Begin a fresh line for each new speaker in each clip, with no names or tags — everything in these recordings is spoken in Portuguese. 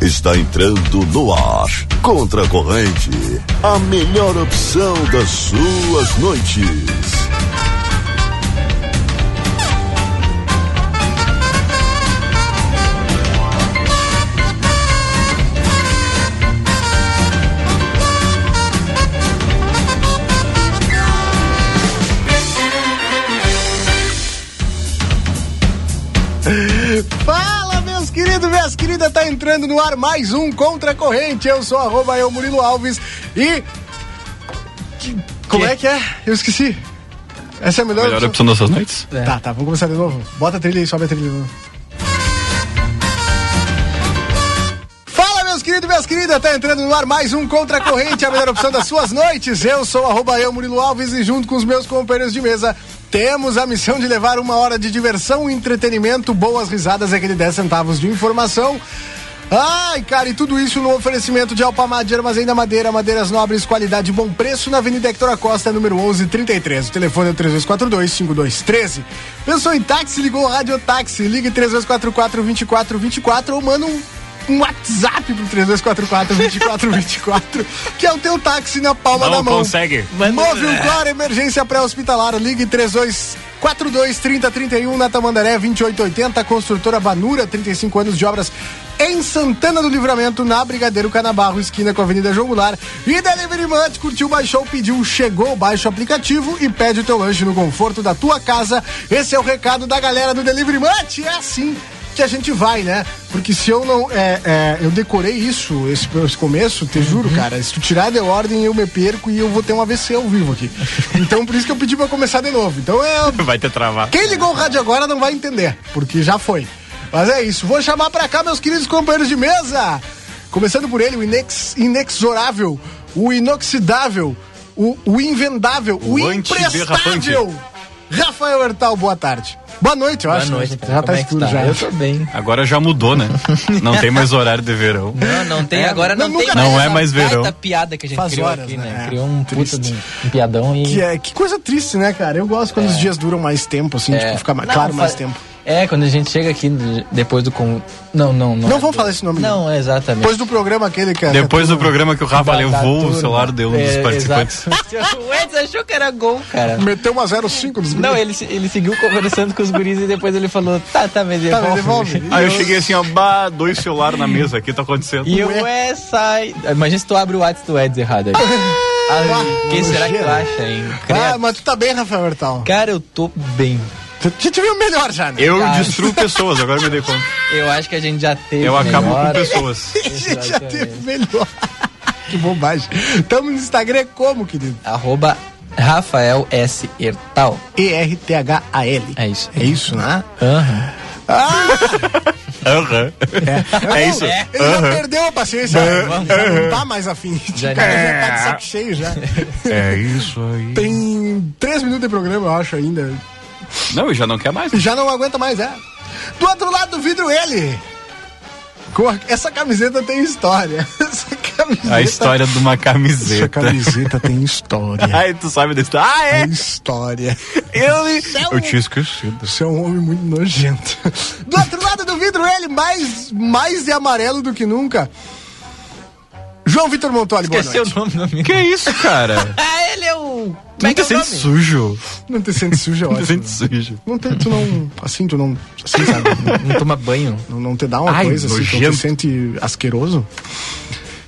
está entrando no ar. Contra a corrente, a melhor opção das suas noites.
Fala, meus queridos, minhas queridas, tá entrando no ar mais um Contra a Corrente. Eu sou arroba eu, Murilo Alves e... Que- Como é que é? Eu esqueci. Essa é a melhor,
Melhor opção das suas noites?
Tá, tá, vamos começar de novo. Bota a trilha aí, sobe a trilha de novo. Fala, meus queridos e minhas queridas, tá entrando no ar mais um Contra a Corrente, a melhor opção das suas noites. Eu sou arroba eu, Murilo Alves, e junto com os meus companheiros de mesa, temos a missão de levar uma hora de diversão, entretenimento, boas risadas e aquele 10 centavos de informação. Ai, cara, e tudo isso no oferecimento de Alpamad, Armazém da Madeira, Madeiras Nobres, qualidade e bom preço na Avenida Hector Costa, número 1133. O telefone é o 3242-5213. Pensou em táxi? Ligou o Rádio Táxi. Ligue 3244-2424 ou manda um, um WhatsApp pro 3244-2424, que é o teu táxi na palma
Não
da mão.
consegue.
Manda-
Move um claro, emergência pré-hospitalar, ligue 3242 3031 na Tamandaré 2880, construtora Banura, 35 anos de obras em Santana do Livramento, na Brigadeiro Canabarro, esquina com a Avenida Jogular. E Delivery Munch, curtiu, baixou, pediu, chegou, baixa o aplicativo e pede o teu lanche no conforto da tua casa. Esse é o recado da galera do Delivery Munch, é assim que a gente vai, né? Porque se eu não. é, é, eu decorei isso, esse, esse começo, te juro,
Uhum.
cara. Se tu tirar de ordem, eu me perco e eu vou ter um AVC ao vivo aqui. Então por isso que eu pedi pra começar de novo. Então é.
Vai ter travado.
Quem ligou o rádio agora não vai entender, porque já foi. Mas é isso. Vou chamar pra cá meus queridos companheiros de mesa. Começando por ele, o inex, inexorável, o inoxidável, o, o invendável, o,
O antiderrapante.
imprestável. Rafael Hertal, boa tarde. Boa noite, eu
Boa
acho. né?
noite,
já tá
como é que
escuro já.
Eu tô bem.
Agora já mudou, né? Não tem mais horário de verão.
Não, não tem, agora não,
não,
tem
nunca
mais. Não é
essa
mais verão.
baita piada que a gente
Faz
criou
horas,
aqui,
né?
né?
É,
Criou um puta
triste.
de um, um piadão e...
Que, é, que coisa triste, né, cara? Eu gosto quando os dias duram mais tempo, assim,
é,
tipo, fica mais,
não,
claro
fa-
mais tempo.
É, quando a gente chega aqui de- depois do... Con... Não, não, não.
Não vamos falar esse nome,
Não, exatamente.
Depois do programa aquele, cara.
Depois do programa que o Rafa
Da- da
levou, o
turma.
celular de um dos
É,
participantes.
exato. o Edson achou que era gol, cara.
Meteu um uma 05 dos
Não, ele, se- ele seguiu conversando com os guris e depois ele falou, tá, tá, me
Tá,
devolve.
me devolve.
Aí eu cheguei assim, ó, bah, dois celulares na mesa, o que tá acontecendo?
E o é sai... Imagina se tu abre o WhatsApp do Eds errado aí. Ah, quem será que tu
nojeira.
acha, hein?
Ah,
Credo.
mas tu tá bem, Rafael Bertal.
Cara, eu tô bem.
Tu tu te viu melhor já, né?
Eu
Cara.
destruo pessoas, agora eu me dei conta.
Eu acho que a gente já teve
Eu acabo com
melhor.
pessoas.
A gente já teve melhor. que bobagem. Tamo no Instagram como, querido?
Arroba Rafael S. Ertal.
E-R-T-H-A-L.
É isso.
É isso, né?
Aham.
Ah,
Aham. É isso.
ele já perdeu a paciência. Já não tá mais afim.
Já
o cara já tá de saco cheio já.
É isso aí.
Tem três minutos de programa, eu acho, ainda.
Não, eu já não quer mais.
Já não aguenta mais, é. Do outro lado do vidro, ele. Com a- Essa camiseta tem história. Essa camiseta.
A história é de uma
Essa
camiseta.
camiseta tem história.
Ai, tu sabe da história. Ah, é?
Tem história.
Eu, eu tinha esquecido.
Você é um homem muito nojento. Do outro lado do vidro, ele, mais, mais de amarelo do que nunca. João Vitor Montoli, boa
Esqueceu o
noite.
nome do amigo.
Que isso, cara?
Ah, ele é o...
Tu
Como
não
é que
te
é o
sente
nome?
sujo.
Não te sente sujo, é
Tu te
ótimo.
sente sujo.
Não te, tu não. Assim, tu não. Assim, sabe?
Não toma banho.
Não, não te dá uma
Ai,
coisa assim, que tu
nojento.
te sente asqueroso?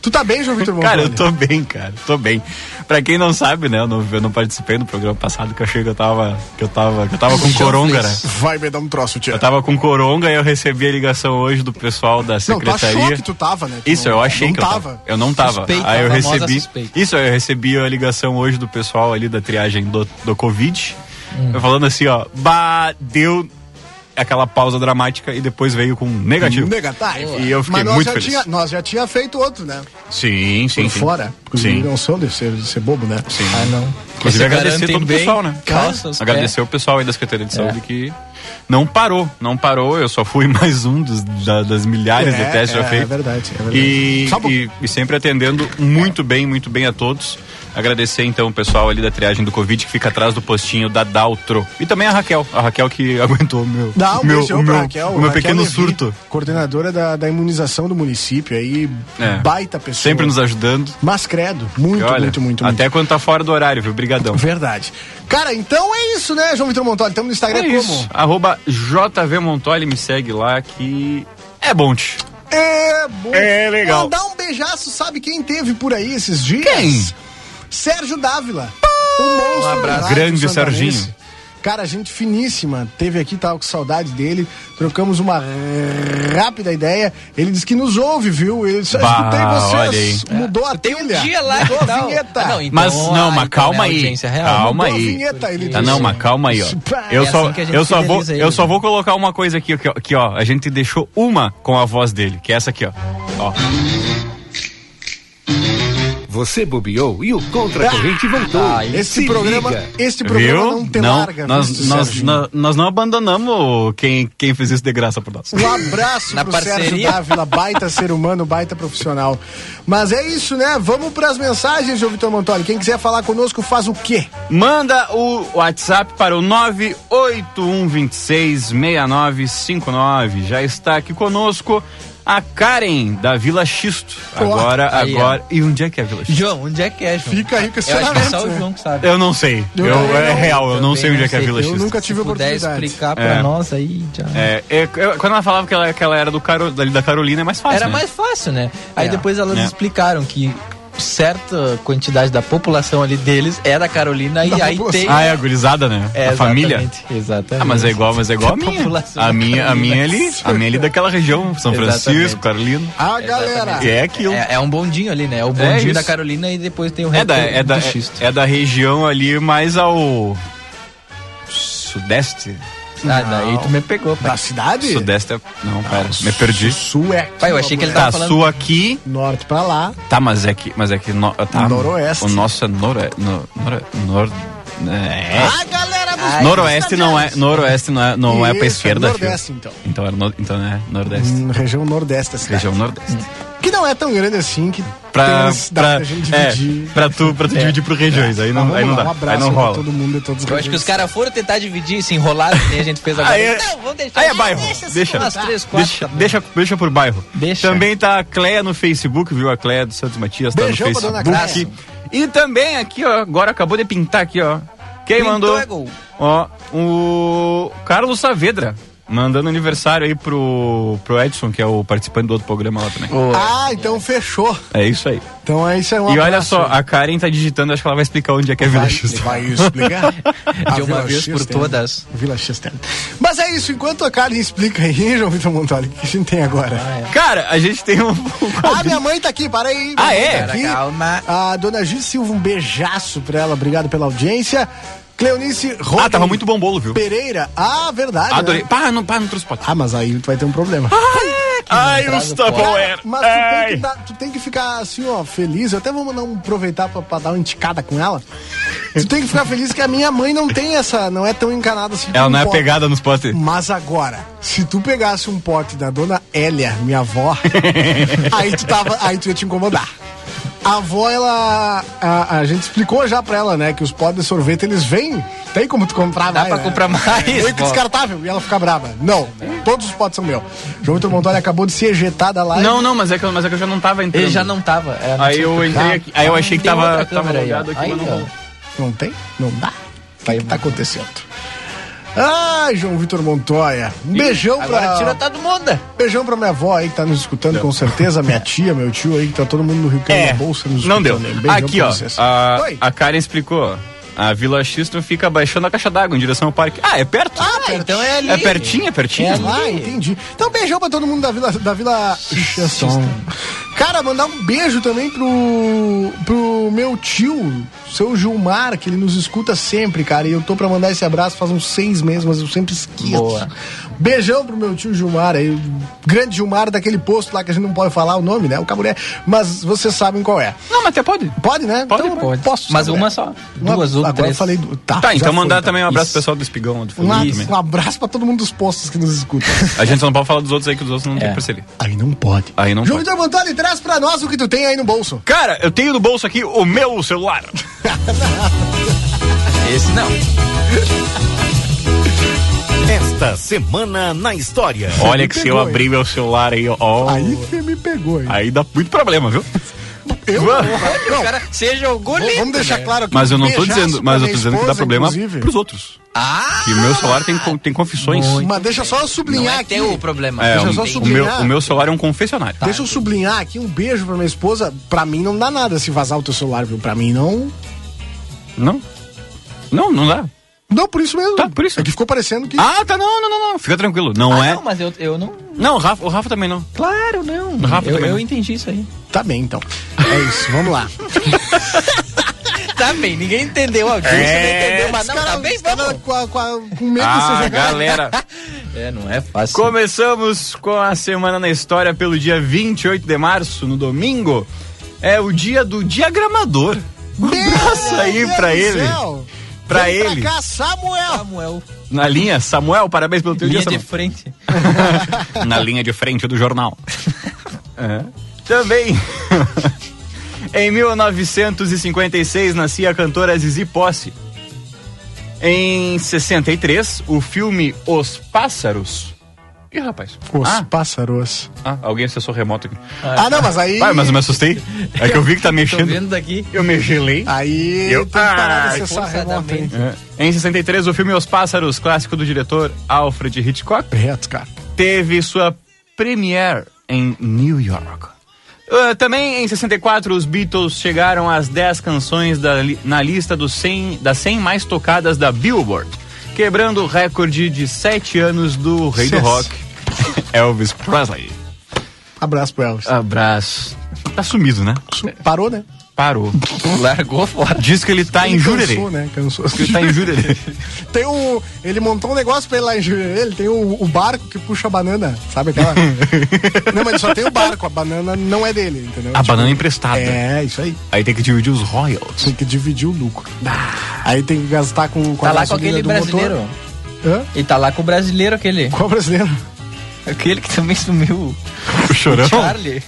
Tu tá bem, João Vitor Montoli?
Cara, eu tô bem, cara, tô bem. Pra quem não sabe, né, eu não, eu não participei no programa passado que eu achei que eu tava, que eu tava, que eu tava com coronga, né?
Vai me dar um troço, tia.
Eu tava com coronga e eu recebi a ligação hoje do pessoal da
Não, tu achou
secretaria.
que tu tava, né? Tu
Isso,
não-
eu achei
não
que
tava.
eu tava. Eu não tava.
Suspeita,
Aí eu
a famosa
recebi.
suspeita.
Isso, eu recebi a ligação hoje do pessoal ali da triagem do, do Covid.
Hum.
Eu Falando assim, ó, bah, deu aquela pausa dramática e depois veio com negativo.
Negativo.
E eu fiquei
Mas nós
muito
já
feliz.
Tinha, nós já tinha feito outro, né?
Sim, sim.
Por
sim.
fora. Inclusive,
Sim.
não sou de ser, de ser bobo, né? Sim.
Ah, não.
Inclusive,
Esse
agradecer
garantem
todo o
bem,
pessoal, né?
Calça, os
Agradecer o pessoal aí da Secretaria de
É.
Saúde que não parou, não parou. Eu só fui mais um dos, da- das milhares de testes
é,
já feitos.
É verdade, é verdade.
E,
Só um pouco.
e- e sempre atendendo muito bem, muito bem a todos. Agradecer então o pessoal ali da triagem do Covid que fica atrás do postinho da Daltro. E também a Raquel, a Raquel que aguentou o meu,
Dá um
meu,
beijão
o meu,
pra Raquel.
o meu
Raquel
pequeno
Levi,
surto.
Coordenadora da, da imunização do município aí,
É.
baita pessoa.
Sempre nos ajudando.
Mas credo, muito,
E olha,
muito, muito, muito.
até quando tá fora do horário, viu? Brigadão.
Verdade. Cara, então é isso, né, João Vitor Montoli? Estamos no Instagram
É
como?
isso. Arroba JV Montoli, me segue lá que é bom. tch.
É bom.
É legal.
Mandar um beijaço, sabe quem teve por aí esses dias?
Quem?
Sérgio Dávila. O monstro
Um abraço.
do rádio
Grande
santanense.
Serginho.
Cara, gente finíssima, teve aqui, tava com saudade dele, trocamos uma rápida ideia. Ele disse que nos ouve, viu? Ele disse,
Bah,
escutei
olha
vocês,
aí.
mudou a
Tem um
trilha,
dia lá
mudou
que
a
tal.
vinheta.
Ah, não, então,
Mas não,
ah,
mas
então
calma
é
aí.
audiência real.
Calma
Mudou a
aí.
vinheta, ele
Ah, não,
disse.
mas calma aí, ó. Eu
É
só,
assim que a gente
eu só vou,
fideliza
eu
ele.
só vou colocar uma coisa aqui, que, ó, que, ó, a gente deixou uma com a voz dele, que é essa aqui, ó. Ó.
Você bobeou e o Contra Corrente voltou.
Ah,
Esse
Se
programa,
liga.
este programa
Viu?
não tem larga.
nós,
Vinícius
nós,
Serginho.
nós, nós não abandonamos quem, quem fez isso de graça por nós.
Um abraço
Na
pro
parceria.
Sérgio Dávila, baita ser humano, baita profissional. Mas é isso, né? Vamos pras mensagens, João Vitor Montoli. Quem quiser falar conosco faz o quê?
Manda o WhatsApp para o 981266959. Já está aqui conosco a Karen da Vila Xisto. Agora,
aí,
agora. E onde é que é a Vila Xisto?
João, onde é que é, João?
Fica aí com esse
Eu acho que é só
questionamento,
o
né?
João que sabe.
Eu não sei.
Eu
Eu,
também
é
não-
real, eu não
também
sei onde
não
é que é a
sei.
Vila
Eu
Xisto.
nunca
Se
tive
puder
oportunidade.
explicar pra
É.
nós aí, já.
É, é, eu- quando ela falava que ela, que ela era do Caro, dali da Carolina, é mais fácil.
Era
né?
mais fácil, né? Aí
É.
depois elas
É.
explicaram que certa quantidade da população ali deles é da Carolina e
Da
aí
população.
tem.
Ah, é a gurizada, né?
É,
a família.
exatamente, Exatamente.
Ah, mas é igual, mas é igual a minha.
população
A minha, a minha é ali, a minha é ali daquela região, São
Exatamente.
Francisco, Carolina.
A Ah, galera.
E é aquilo.
É, é um bondinho ali, né? É o
É
bondinho
isso.
da Carolina e depois tem o
É
resto
da, é,
do
da,
xisto.
é, é da região ali mais ao sudeste. é-
Ah, daí tu me pegou, pai.
Da cidade?
Sudeste é. Não, pera, me perdi.
Sul é.
Pai, eu achei que ele
Tá,
tava falando.
sul aqui.
Norte pra lá.
Tá, mas é que. Mas é que no, tá,
Noroeste.
O nosso é noroeste. No, nor, nor, é.
A Ah, galera do
Ai,
noroeste não é. Noroeste não é, não é pra
Isso,
esquerda, filho.
Nordeste, então.
Então, é no- então é Nordeste.
Hum, região nordeste da cidade.
Região Nordeste.
Que não é tão grande assim, que tem
Pra,
uma cidade
pra,
pra gente
é,
dividir. É.
pra tu, pra tu dividir por regiões. Aí
Mas
não,
vamos
aí
lá,
não dá.
Um
aí
abraço
não
pra
rola.
todo mundo e todos
Eu acho que os caras foram tentar dividir, se enrolaram, que nem a gente fez agora.
Aí é-
não, vamos deixar.
Aí é bairro.
Deixa,
Deixa.
umas três, quatro.
Deixa, deixa, deixa por bairro.
Deixa.
Também tá a Cleia no Facebook, viu? A Cleia do Santos Matias tá
Beijão
no
pra dona
Facebook.
Cleia.
E também aqui, ó, agora acabou de pintar aqui, ó. Quem
Pintou
mandou?
é gol.
Ó, o Carlos Saavedra. Mandando aniversário aí pro, pro Edson, que é o participante do outro programa lá também.
Ah, então fechou.
É isso aí.
Então é isso aí. um
e olha
abraço
só,
aí.
a Karen tá digitando, acho que ela vai explicar onde é que é a Vila
Vai,
X.
vai explicar? A
De
Vila
uma vez por
X tem.
todas.
Vila Xterna. Mas é isso, enquanto a Karen explica aí, João Vitor Montoli, o que a gente tem
Ah,
agora?
Cara, a gente tem um.
Ah, minha mãe tá aqui, para aí. minha
Ah,
mãe
é?
tá aqui.
Cara, calma.
A dona Gi Silva, um beijaço pra ela, obrigado pela audiência. Cleonice Rodrigues
Ah, tava muito bom o bolo, viu?
Pereira, ah, verdade.
Adorei.
né?
Pá, não, pá, não trouxe pote.
Ah, mas aí tu vai ter um problema.
Ai,
o
Cara,
Tupperware.
mas tu tem, que dar- tu tem que ficar assim, ó, feliz. Eu até vou mandar um, aproveitar pra, pra dar uma indicada com ela. Tu tem que ficar feliz que a minha mãe não tem essa. Não é tão encanada assim.
Ela
com
não é
pote.
pegada nos potes.
Mas agora, se tu pegasse um pote da dona Hélia, minha avó, aí tu tava, aí tu ia te incomodar. A avó, ela. A, a gente explicou já pra ela, né? Que os potes de sorvete eles vêm. Tem como tu comprar
Dá
mais.
pra
né?
comprar mais,
Meio que
pô.
descartável. E ela fica brava. Não, todos os potes são meus. João Vitor Montoli acabou de se ejetar da live.
Não, não, mas é, que, eu- mas é que eu já não tava entrando.
Ele já não tava. é, não
Aí
sei
eu
por quê.
entrei aqui. Aí eu achei que
Tem
tava,
outra
tava
câmera aí, ó.
logado aqui, mas
Aí,
não
ó.
rolou.
Não tem? Não dá? O que, que tá acontecendo? Ai, João Vitor Montoya. Um beijão pra.
Agora tira todo mundo.
Beijão pra minha avó aí que tá nos escutando, com certeza. Minha tia, meu tio aí, que tá todo mundo no Rio Grande da Bolsa nos
É, não deu.
escutando. aí. Beijão
Aqui,
pra
ó.
vocês.
A,
Oi.
a Karen explicou. ó. A Vila Xisto fica baixando a caixa d'água em direção ao parque. Ah, é perto?
Ah, então é ali.
é pertinho, é pertinho.
É ali.
Ah, entendi. Então, beijão pra todo mundo da Vila, da Vila Chanson. Cara, mandar um beijo também pro, pro meu tio, seu Gilmar, que ele nos escuta sempre, cara. E eu tô pra mandar esse abraço faz uns seis meses, mas eu sempre esqueço.
Boa.
Beijão pro meu tio Gilmar aí. o Grande Gilmar daquele posto lá que a gente não pode falar o nome, né? O Caburé. Mas vocês sabem qual é.
Não, mas até pode.
Pode, né?
Pode,
então, eu
pode.
Posso,
Mas
saber.
uma só, duas ou
agora
três.
eu falei. du- Tá,
Tá,
já
então
foi,
mandar
tá.
também um abraço
Isso.
pro pessoal do Espigão, lá do
Um,
Flamengo
um
também.
abraço pra todo mundo dos postos que nos escuta.
A gente só não pode falar dos outros aí, que os outros não
É.
tem parceria.
Aí não pode.
Aí não
João
pode.
Vitor Montoli, traz pra nós o que tu tem aí no bolso.
Cara, eu tenho no bolso aqui o meu celular.
Esse não.
Esta semana na história.
Olha que se eu
pegou,
abrir meu celular aí, ó.
Aí você me pegou, hein?
Aí dá muito problema, viu?
Eu-
O cara, você jogou
Vamos-
lindo,
Vamos deixar
né?
claro aqui.
Mas eu não tô
beijaço
dizendo, mas
pra
eu tô
minha
dizendo que dá
esposa,
problema
inclusive.
pros outros.
Ah!
Que o meu celular tem, con- tem confissões.
Muito.
Mas deixa só eu
Não
sublinhar
é
aqui.
teu o problema.
É,
Deixa eu
um-
só
o,
sublinhar.
meu, o meu celular é um confessionário.
Deixa eu sublinhar aqui um beijo pra minha esposa. Pra mim não dá nada se vazar o teu celular, viu? Pra mim não.
Não? Não, não dá.
Não, por isso mesmo.
Tá, por isso.
É que ficou parecendo que.
Ah, tá, não, não, não, não. Fica tranquilo. Não
Ah,
é.
não, mas eu, eu não...
Não, o Rafa, o Rafa também não.
Claro, não.
Rafa
eu,
também
eu
não.
entendi isso aí.
Tá bem, então. É isso, vamos lá.
Tá bem, ninguém entendeu a audiência,
É,
não entendeu, mas não, tá
Cara,
bem,
os cara
vamos.
com, a- com a- com medo de ser
Ah,
jogado.
galera.
É, não é fácil.
Começamos com a Semana na História pelo dia 28 de março, no domingo. É o dia do diagramador. Um abraço aí
Meu
pra
Deus do
ele.
céu.
Pra
Vem
ele.
Pra cá, Samuel.
Samuel,
Na linha, Samuel, parabéns pelo é? teu
linha
dia, tá
de
Samuel.
frente.
na linha de frente do jornal. É. Também. em 1956 nascia a cantora Zizi Posse. Em 63, o filme Os Pássaros. Ih, rapaz.
Os
Ah,
pássaros.
ah, alguém acessou remoto aqui.
Ah, não, mas aí.
Vai, mas eu me assustei. É que eu vi que tá
Tô
mexendo.
vendo Ah. daqui.
Eu me gelei.
Aí
Eu-
tem que parar
Ah,
de acessar remoto, hein?
forçadamente.
É. Em 63, o filme Os Pássaros, clássico do diretor Alfred Hitchcock.
Reto, cara.
teve sua premiere em New York. Ah, também em 64, os Beatles chegaram às 10 canções da li- na lista dos 100, das 100 mais tocadas da Billboard, quebrando o recorde de 7 anos do rei do
Yes.
rock, Elvis Presley.
Abraço pro
Ah.
Elvis.
Abraço. Tá sumido, né?
Parou, né?
Parou.
Largou fora.
Diz que ele tá em
Ele
Jurerê.
Cansou, né? Cansou.
Que Ele tá em Jurerê.
Tem um, ele montou um negócio pra ele lá em Jurerê. Ele tem o, o barco que puxa a banana, sabe aquela? não, mas ele só tem o barco, a banana não é dele, entendeu?
A
Tipo,
banana emprestada.
É, isso aí.
Aí tem que dividir os royalties.
Tem que dividir o lucro.
Ah.
Aí tem que gastar com,
é
com
Tá
a
lá com
gasolina
aquele
do
brasileiro.
motor. Hã?
E tá lá com o brasileiro aquele.
Qual brasileiro?
Aquele que também sumiu.
O chorão?
Charlie.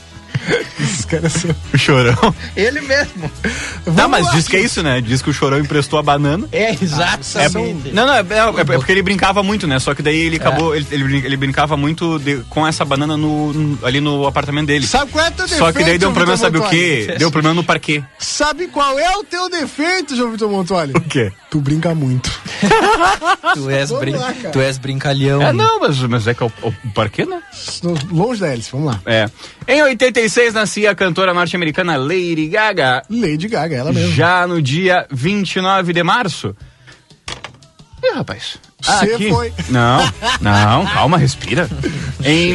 Esses caras são...
O chorão.
Ele mesmo.
Tá,
Vamos
mas
lá.
diz que é isso, né? Diz que o chorão emprestou a banana.
É, exato.
É, não, não, é, é- é porque ele brincava muito, né? Só que daí
É.
ele acabou, ele, ele, brin- ele brincava muito de- com essa banana no, no- ali no apartamento dele.
Sabe qual é o teu defeito?
Só que daí deu
João
um problema,
Vitor
sabe o
Montoli?
quê? Deu um problema no parquê.
Sabe qual é o teu defeito, João Vitor Montoli?
O quê?
Tu brinca muito.
Tu és,
Vamos
brin-
lá, cara.
tu és brincalhão.
É, não, mas, mas é que é o, o parquê, né?
Longe da hélice, vamos lá.
É. Em 86 nascia a cantora norte-americana Lady Gaga.
Lady Gaga, ela mesmo.
Já no dia 29 de março. Ih, rapaz.
Cê foi.
Não, não, calma, respira. Em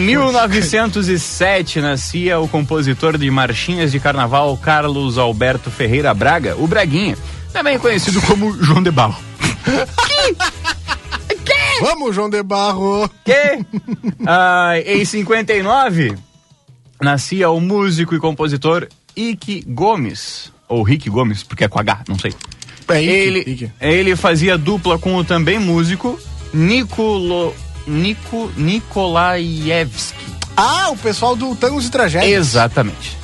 1907 nascia o compositor de marchinhas de carnaval Carlos Alberto Ferreira Braga, o Braguinha, também conhecido como João de Barro.
Vamos, João de Barro.
Que? Ah, em 59 nascia o músico e compositor Ike Gomes, ou Rick Gomes, porque é com H, não sei.
É Ike,
Ele,
Ike.
ele fazia dupla com o também músico Nicolo, Nico, Nikolaevski.
Ah, o pessoal do Tangos e
É
Tragédias.
Exatamente.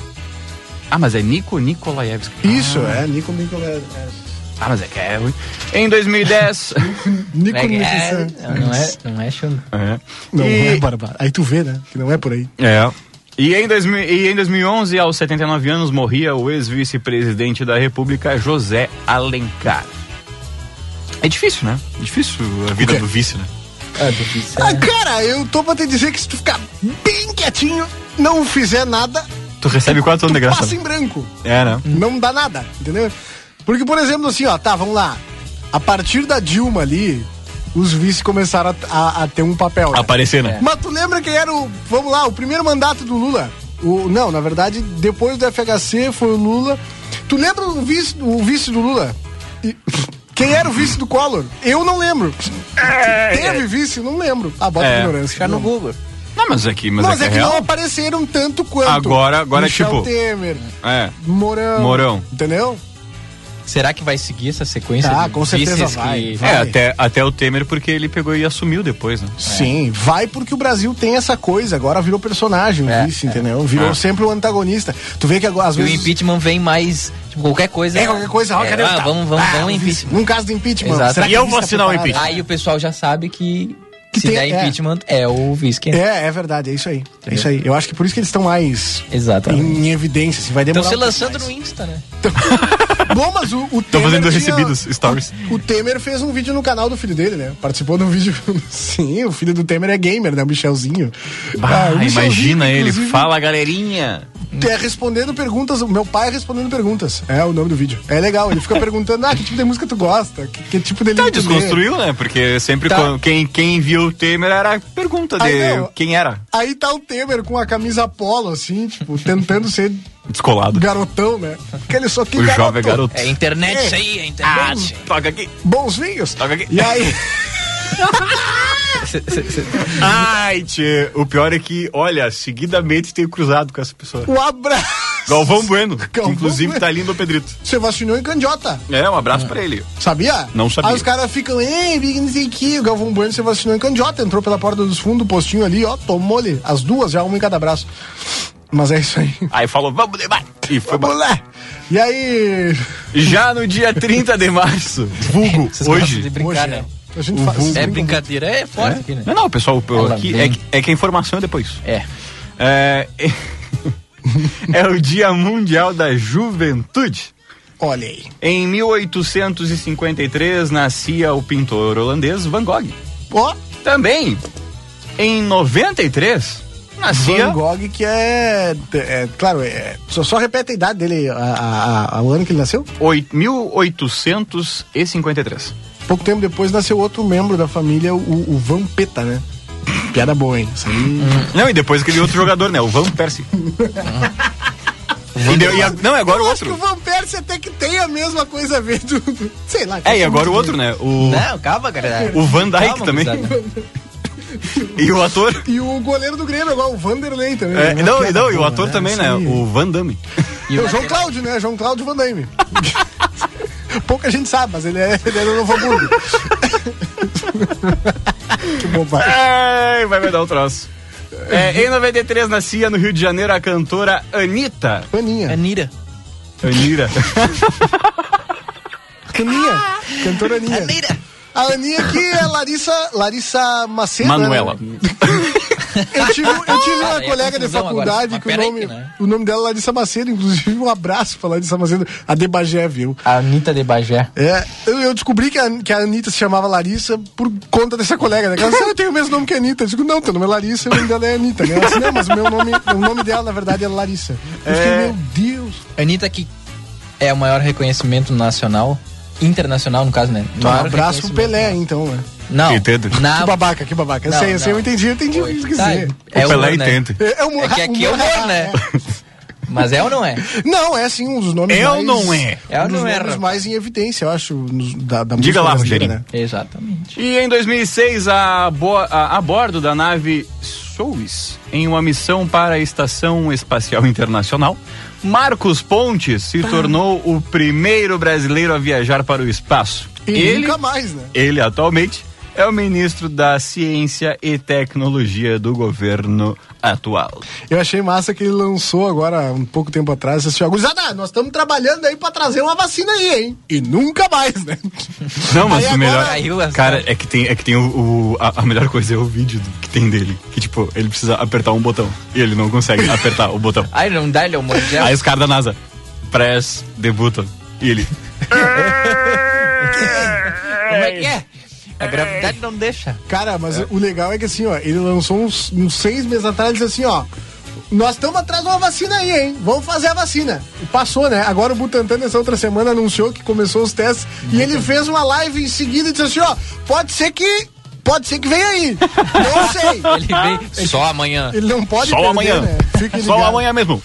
Ah, mas é Nico Nikolaevski.
Isso, é, Nico Nico. é, é.
Ah, mas é que é ruim. Em 2010.
Nico
É,
Nico-
é, não é, não é chum-
é.
Não
e,
é barbado. Aí tu vê, né? Que não é por aí.
É. E em, 2000 e em 2011, aos 79 anos, morria o ex-vice-presidente da República, José Alencar. É difícil, né? Difícil a vida
quê?
do vice, né?
É difícil.
Ah, cara, eu tô pra te dizer que se tu ficar bem quietinho, não fizer nada,
Tu recebe quatro anos de graça.
passa
né?
em branco.
É, né?
Não dá nada, entendeu? Porque, por exemplo, assim, ó, tá, vamos lá. A partir da Dilma ali, os vice começaram a, a- a ter um papel. né?
Aparecer, né?
Mas tu lembra quem era o, vamos lá, o primeiro mandato do Lula? O, não, na verdade, depois do FHC foi o Lula. Tu lembra o vice, o vice do Lula? E- Quem era o vice do Collor? Eu não lembro. Teve vice? Não lembro. Ah, bota
É.
a ignorância.
Ficar É, Tá no Google.
Não, mas aqui, mas,
Mas
aqui
é
é
que não
real.
apareceram tanto quanto.
Agora- agora é
Michel
tipo-
Temer,
É.
Morão.
Morão.
Entendeu?
Será que vai seguir essa sequência?
Ah,
de
com certeza
vices
vai.
que-
Vai.
É, até, até o Temer, porque ele pegou e assumiu depois, né?
Sim, vai porque o Brasil tem essa coisa. Agora virou personagem, o
É,
vice, entendeu? Virou
É.
sempre o antagonista. Tu vê que agora, às
E o
vezes.
impeachment vem mais. Tipo, qualquer coisa.
É qualquer coisa, ó,
É,
cadê o
ah,
tá?
vamos, vamos,
Ah,
vamos,
o vice.
impeachment.
Num caso do impeachment.
Exato.
será que
E eu
o vice
vou
tá
assinar o
preparado?
impeachment.
Aí o pessoal já sabe que,
Que
se
tem-
der
é.
impeachment é o Viskin.
É, é verdade, é isso aí. É isso aí. Eu acho que por isso que eles estão mais
Exatamente.
em evidência. Assim, vai demorar.
Estão se
um pouco
lançando
mais.
no Insta, né?
Bom, mas o, o Temer.
fazendo
tinha-
recebidos, stories.
O, o Temer fez um vídeo no canal do filho dele, né? Participou de um vídeo. Sim, o filho do Temer é gamer, né? O Michelzinho. Ah, o
Ah,
Michelzinho,
imagina ele.
inclusive,
Fala, galerinha.
É respondendo perguntas, o meu pai respondendo perguntas. É o nome do vídeo. É legal, ele fica perguntando: ah, que tipo de música tu gosta? Que, que tipo de
Tá,
livro tu lê?
desconstruiu, né? Porque sempre
Tá.
quando- quem, quem viu o Temer era a pergunta
Aí
de
não.
quem era.
Aí tá o Temer com a camisa polo, assim, tipo, tentando ser
Descolado.
garotão, né? Porque ele só que
o jovem garoto.
É internet
É.
isso aí, é internet.
Toca aqui.
Bons vinhos.
Toca aqui.
E aí.
Ah,
Ai, tchê. O pior é que, olha, seguidamente tenho cruzado com essa pessoa.
Um abraço.
Galvão Bueno, que
Galvão
inclusive
Bueno.
tá lindo Pedrito.
Você vacinou em Candiota,
É, um abraço pra ele.
sabia?
Não sabia.
Aí os caras ficam, ei, Big não sei o que. O Galvão Bueno se vacinou em Candiota, entrou pela porta dos fundos, postinho ali, ó, tomou-lhe as duas, já uma em cada braço. Mas é isso aí.
Aí falou, vamos debate. E foi
Vamos
bom.
lá. E aí.
Já no dia 30 de março, vulgo,
Vocês gostam de
house.
brincar,
Hoje, É?
né?
A gente faz.
vulgo.
É brincadeira, é forte aqui, né?
Não, não, pessoal, eu-
Ela
aqui
vem.
é, que- é que a informação é depois.
É.
É, é o Dia Mundial da Juventude.
Olha aí.
Em 1853 nascia o pintor holandês Van Gogh.
Ó,
Também, em 93, nascia
Van Gogh, que é. é, claro, é, só, só repete a idade dele, a, a- a- o ano que ele nasceu.
oit- 1853.
Pouco tempo depois nasceu outro membro da família, o, o Vampeta, né? Piada boa, hein? Isso aí.
Não, e depois aquele outro jogador, né? O Van Persie. E deu- e a- não, é agora o
Eu acho que o
outro.
Van Persie até que tem a mesma coisa a ver do. do- sei lá.
É, e agora o outro, né? O,
Não, calma, cara.
o Van Dyke
Calma,
também.
gurizada.
E o ator.
é. E o goleiro do Grêmio agora, o Vanderlei também.
É,
né?
não,
Piada
não, e o
boa,
ator também,
Isso
né?
aí.
O Van Damme.
E
E o
o
João Cláudio, né? João Cláudio Van Damme. Pouca gente sabe, mas ele é, ele é do Novo Hamburgo. que bobagem.
Ai, vai me dar um troço. É, em 93 nascia no Rio de Janeiro a cantora Anitta.
Aninha.
Anira.
Anira.
É-
Aninha. Cantora Aninha.
Anira.
A Aninha que é Larissa, Larissa Macedo. né?
Manuela.
Eu tive, eu tive uma
Cara, e a
colega de
Ah, é confusão
faculdade
agora? Mas
que o
peraí,
nome,
né?
o nome dela é Larissa Macedo, inclusive um abraço pra Larissa Macedo, a de Bagé, viu?
A Anitta de Bagé.
É, eu, eu descobri que a, que a Anitta se chamava Larissa por conta dessa colega, né? Ela disse, "Ah, eu tenho o mesmo nome que a Anitta. Eu digo, não, teu nome é Larissa e o nome dela é Anitta. né? Ela disse, não, mas o meu nome, o nome dela, na verdade, é Larissa. Eu fiquei,
É.
meu Deus.
Anitta que é o maior reconhecimento nacional, internacional no caso, né?
Um
Maior
abraço pro
reconhecimento.
Pelé, então, né?
Não.
Entendo.
Na...
Que babaca, que babaca. Eu
Ah, Não,
sei, eu sei, eu
não.
entendi, eu entendi o que
Oi,
Tipo, eu quis
tá,
dizer.
é
o Pelé
humor, né?
entende.
É, um-
É que aqui é
um-
humor, né? Mas é ou não é?
Não, é sim um dos nomes
Eu
mais...
não é.
um
Eu
dos
não é,
nomes
rapaz.
mais em evidência, eu acho, nos- da, da
Diga
música
lá,
brasileira, né?
Rogerinho.
Exatamente.
E em 2006, a, bo- a- a bordo da nave Soyuz, em uma missão para a Estação Espacial Internacional, Marcos Pontes se tornou o primeiro brasileiro a viajar para o espaço.
E
ele,
nunca mais, né?
ele atualmente é o ministro da Ciência e Tecnologia do governo atual.
Eu achei massa que ele lançou agora, um pouco tempo atrás, assim, ó, gurizada, nós estamos trabalhando aí pra trazer uma vacina aí, hein? E nunca mais, né?
Não, mas
Aí
o
agora-
melhor.
Aí o-
Cara, é que tem, é que tem o. o- a, a melhor coisa é o vídeo do- que tem dele. Que, tipo, ele precisa apertar um botão. E ele não consegue apertar o botão.
Ai, não dá, ele é um monte de-
Aí os caras da NASA. Press the button. E ele.
Como é que é? A gravidade não deixa.
Cara, mas o legal é que assim, ó, ele lançou uns, uns seis meses atrás, ele disse assim, ó. Nós estamos atrás de uma vacina aí, hein? Vamos fazer a vacina. E passou, né? Agora o Butantan, nessa outra semana, anunciou que começou os testes. E
Uhum.
ele fez uma live em seguida e disse assim, ó, pode ser que. Pode ser que venha aí. Não sei.
Ele vem só amanhã.
Ele não pode
Só
perder,
amanhã.
né? Fique
Só
ligado.
amanhã mesmo. Hum,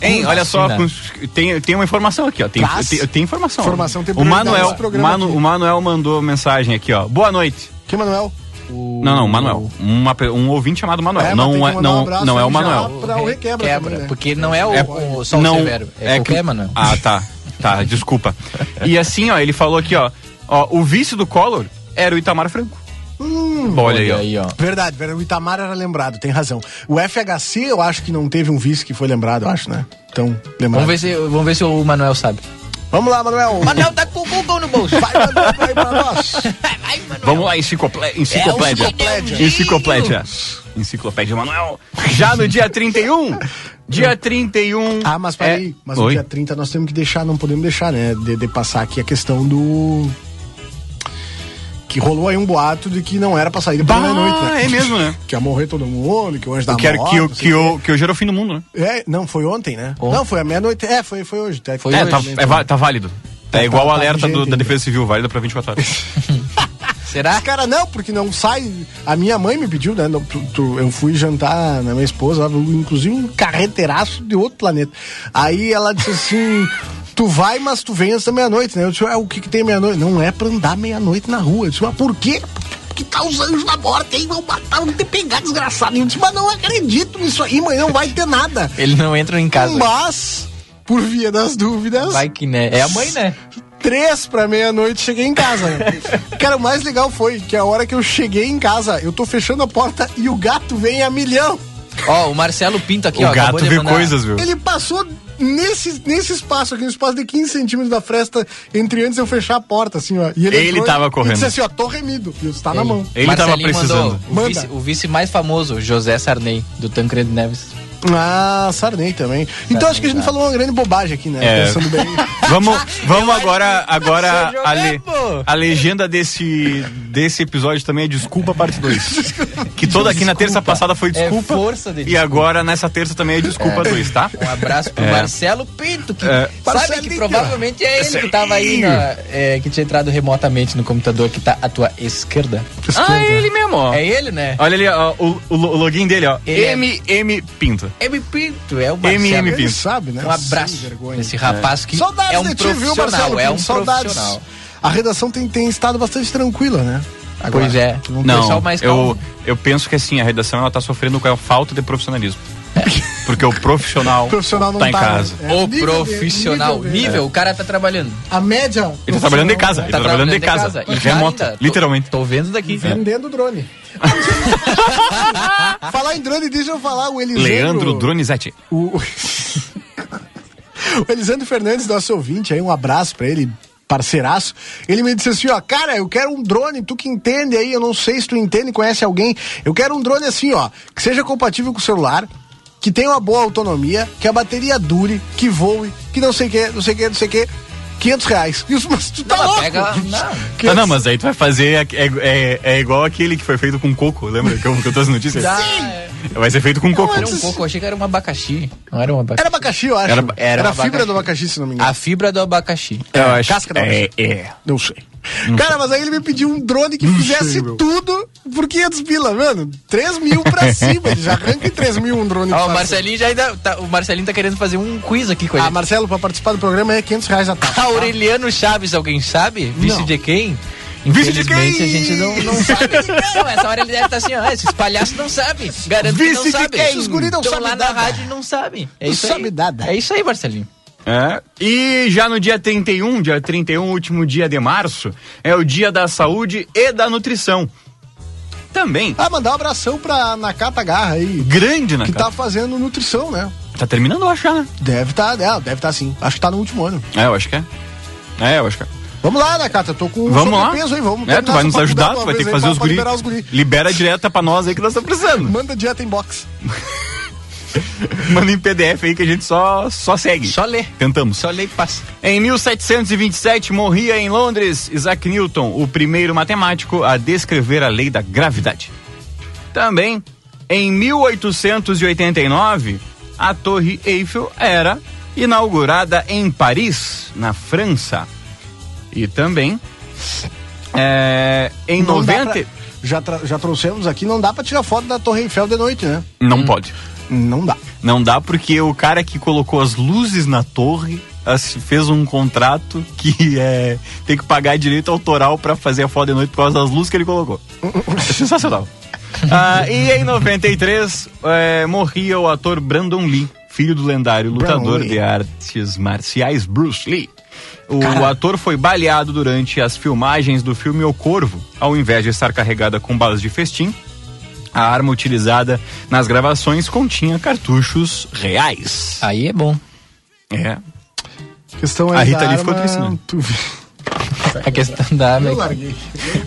né? Hein, olha só,
Vacina.
cons- tem, tem uma informação aqui, ó. Tem,
Traz.
tem, tem informação.
Informação tem
o
prioridade
Manuel,
nesse programa
Manu-
aqui.
o Manuel mandou mensagem aqui, ó. Boa noite.
Que, Manuel?
Não, não, Manuel. Uma pe- um ouvinte chamado Manuel.
É, mas tem
não,
que
é,
mandar um
não,
abraço
não é o
aí já
Manuel.
Pra o requebra
Quebra,
também, né?
porque não é, o, o- só o
não,
Severo. É,
que-
qualquer, Manuel.
Ah, tá. Tá, desculpa. E assim, ó, ele falou aqui, ó. ó o vice do Collor era o Itamar Franco.
Hum,
olha, aí, ó.
Verdade, verdade, o Itamar era lembrado, tem razão. O FHC, eu acho que não teve um vice que foi lembrado, eu acho, né? Então, lembrado.
Vamos ver, se, vamos ver se o Manuel sabe.
Vamos lá, Manuel.
Manuel tá com o Google no bolso.
Vai, Manuel, vai pra nós.
Vamos lá, enciclopé- enciclopédia.
É Enciclopédia.
enciclopédia. Enciclopédia Manuel. Já no dia 31. Dia 31.
Ah, mas peraí, mas no
é- Oi?
dia 30 nós temos que deixar, não podemos deixar, né? De, de passar aqui a questão do. Que rolou aí um boato de que não era pra sair depois
Bah,
da noite, né?
é mesmo, né?
Que ia morrer todo mundo, que o anjo da
Eu quero
morte,
que, o, Oh.
não sei
que, o, que o gera o fim do mundo, né?
o quê. É, não, foi ontem, né? Não, foi à meia-noite. É, foi, foi hoje. Tá,
Foi
É,
hoje,
tá,
né?
é va- tá válido. É
Tá-
igual o
tá- tá
alerta do-
vigente
da
ainda.
Defesa Civil, válido pra 24 horas.
Será?
Cara, não, porque não sai. A minha mãe me pediu, né? não, tu- tu- eu fui jantar na minha esposa, ela, inclusive um carreteiraço de outro planeta. Aí ela disse assim: Tu vai, mas tu vem antes da meia-noite, né? Eu disse: ah, O que, que tem meia-noite? Não é pra andar meia-noite na rua. Eu disse: Mas por quê? Porque tá os anjos da morte aí, vão matar, vão te pegar, desgraçado. E Eu disse: Mas não acredito nisso aí, mãe, não vai ter nada.
Ele não entra em casa.
Mas, por via das dúvidas.
Vai que né? É a mãe, né?
Três pra meia-noite cheguei em casa. né? Cara, o mais legal foi que a hora que eu cheguei em casa, eu tô fechando a porta e o gato vem a milhão.
Ó, o Marcelo Pinto aqui, ó.
o gato
acabou de
vê
mandar-
coisas, viu?
Ele passou nesse, nesse espaço aqui, no espaço de 15 centímetros da fresta, entre antes eu fechar a porta, assim, ó. E
Ele
entrou
tava
e
correndo.
disse assim, ó, tô remido. E eu disse, tá na mão.
Ele tava
Marcelinho
precisando.
mandou
Manda.
O vice, o vice mais famoso, José Sarney, do Tancredo Neves.
Ah, Sarney também. Então acho que a gente falou uma grande bobagem aqui, né?
É.
Pensando bem.
Vamos, vamos agora, agora
Seu
a, le-
Jonepo!
a legenda desse, desse episódio também é Desculpa Parte 2. que toda aqui na terça passada foi
É
Desculpa.
força de
e
desculpa.
agora nessa terça também é Desculpa 2, tá?
Um abraço pro
É.
Marcelo Pinto, que
É.
sabe que
Marcelinho.
provavelmente é ele que tava aí, na- é, que tinha entrado remotamente no computador que tá à tua esquerda.
Ah, é ele mesmo, ó.
É ele, né?
Olha ali, ó, o, o lo- o login dele, ó.
Ele é-
MM Pinto.
M. Pinto, é o Marcelo.
MM
Ele
Pinto.
sabe, né?
Um
Sem
abraço
vergonha.
nesse rapaz que
Saudades
é um
de ti, viu, Marcelo?
profissional, é um
Pinto? Saudades.
profissional.
A redação tem, tem estado bastante tranquila, né?
Pois é.
Não
O
Não,
pessoal mais
eu,
calmo.
eu penso que assim, a redação ela tá sofrendo com a falta de profissionalismo.
É.
Porque o profissional,
O profissional não
tá em
tá, né?
casa.
É,
o
nível
profissional,
dele, nível
nível,
dele.
o cara tá trabalhando.
A média.
Ele tá trabalhando de casa,
profissional,
ele tá trabalhando de casa.
E
E
já
remoto,
ainda, tô-
literalmente.
Tô vendo daqui.
né? Vendendo drone. falar em drone, deixa eu falar o Elisandro.
Leandro Dronizete.
O, o Elisandro Fernandes, nosso ouvinte, aí um abraço pra ele, parceiraço. Ele me disse assim, ó, cara, eu quero um drone, tu que entende aí, eu não sei se tu entende, conhece alguém. Eu quero um drone assim, ó, que seja compatível com o celular, que tenha uma boa autonomia, que a bateria dure, que voe, que não sei o que, não sei o que, não sei o que. 500 reais. E os- mas tu tá
Não,
louco?
pega- não.
Tá, não, mas aí tu vai fazer. a- É, é, é igual aquele que foi feito com coco, lembra que eu, que eu trouxe notícias? É, Vai ser feito com coco.
Era um coco, eu achei que era um abacaxi. Não era um abacaxi.
Era abacaxi, eu acho.
Era-
Era,
era
a fibra
abacaxi.
do abacaxi, se não me engano.
A fibra do abacaxi.
Eu acho-
casca da
é,
maçã.
é.
Não sei. Cara, mas aí ele me pediu um drone que fizesse tudo por 500 pila, mano. 3 mil pra cima. Ele já arranca em 3 mil um drone.
Ó,
pra
o Marcelinho já ainda. tá- o Marcelinho tá querendo fazer um quiz aqui com a
Ah,
gente. Tá
Marcelo, pra participar do programa é 500 reais a taxa.
Aureliano Chaves, alguém sabe? Vice
Não.
de quem?
Vice de
Infelizmente,
quem?
a gente não, não sabe. Não, essa hora ele deve estar assim, ó, esses palhaços não sabem. Garanto que
Vice
não
de
sabem.
quem?
Os guri não
Tão
sabem
lá
nada.
na rádio e não sabem. É
Não
isso aí.
sabe nada.
É isso aí, Marcelinho.
É. E já no dia 31, dia 31, último dia de março, é o dia da saúde e da nutrição. Também,
Ah, mandar um abração pra Nakata Garra aí,
grande na
que
cara.
tá fazendo nutrição, né?
Tá terminando, eu acho, né?
Deve tá, é, deve tá sim. Acho que tá no último ano.
É, eu acho que é. É, eu acho que é.
Vamos lá, Nakata, tô com um
Vamos lá.
sobrepeso aí, vamos.
é, tu
terminar
vai
essa
nos ajudar,
faculdade
tu
uma
vai ter
vez
que
aí
fazer
pra-
os
pra
guri.
liberar os guri.
Libera direta pra nós aí que nós estamos precisando.
Manda dieta inbox.
Manda em PDF aí que a gente só, só segue.
Só lê.
Tentamos.
Só lei passa.
Em 1727, morria em Londres Isaac Newton, o primeiro matemático a descrever a lei da gravidade. Também, em 1889, a Torre Eiffel era inaugurada em Paris, na França. E também, é, em
Não dá
90.
pra- já, tra- já trouxemos aqui, não dá pra tirar foto da Torre Eiffel de noite, né?
Não pode.
Não dá.
Não dá porque o cara que colocou as luzes na torre as- fez um contrato que é tem que pagar direito autoral pra fazer a foda de noite por causa das luzes que ele colocou. É sensacional. Ah, e em 93 é, morria o ator Brandon Lee, filho do lendário lutador
Lee.
de artes marciais Bruce Lee. O ator foi baleado durante as filmagens do filme O Corvo, ao invés de estar carregada com balas de festim. A arma utilizada nas gravações continha cartuchos reais.
Aí é bom.
É.
Questão
A
aí
Rita
da
Lee ficou
arma,
triste, né?
tu-
A questão da arma
Eu
é
larguei.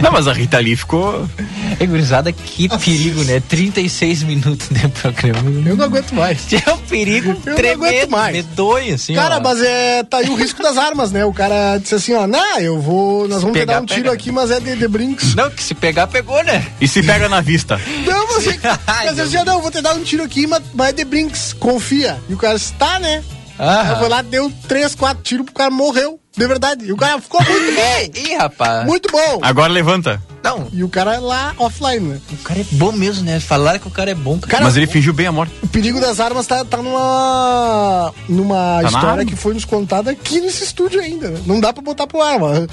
Não, mas a Rita Lee ficou.
que- é gurizada, que perigo, né? 36 minutos de programa.
Ah, Eu não aguento mais.
É um perigo
não aguento
tremendo,
mais.
medonho, assim,
Cara,
ó.
mas é, tá aí o risco das armas, né? O cara disse assim, ó, nah, eu vou, nós vamos
Pegar,
pegar um tiro
pega.
aqui, mas é de, de brincos.
Não, que se pegar, pegou, né?
E se pega na vista.
Não, mas é-
Ai,
mas eu já não, eu vou te dar um tiro aqui, mas, mas é de brinks, confia. E o cara disse, tá, né?
Ah.
Eu vou lá, deu três, quatro tiros, o cara morreu, de verdade. E o cara ficou muito bom,
É, Ih, rapaz.
muito bom.
Agora levanta.
Não,
E o cara lá, offline, né?
o cara é bom mesmo, né? Falaram que o cara é bom, cara.
Cara,
Mas ele fingiu bem a morte.
O perigo das armas tá, tá numa. numa
na
história
arma.
que foi nos contada aqui nesse estúdio ainda. né? Não dá pra botar pro arma.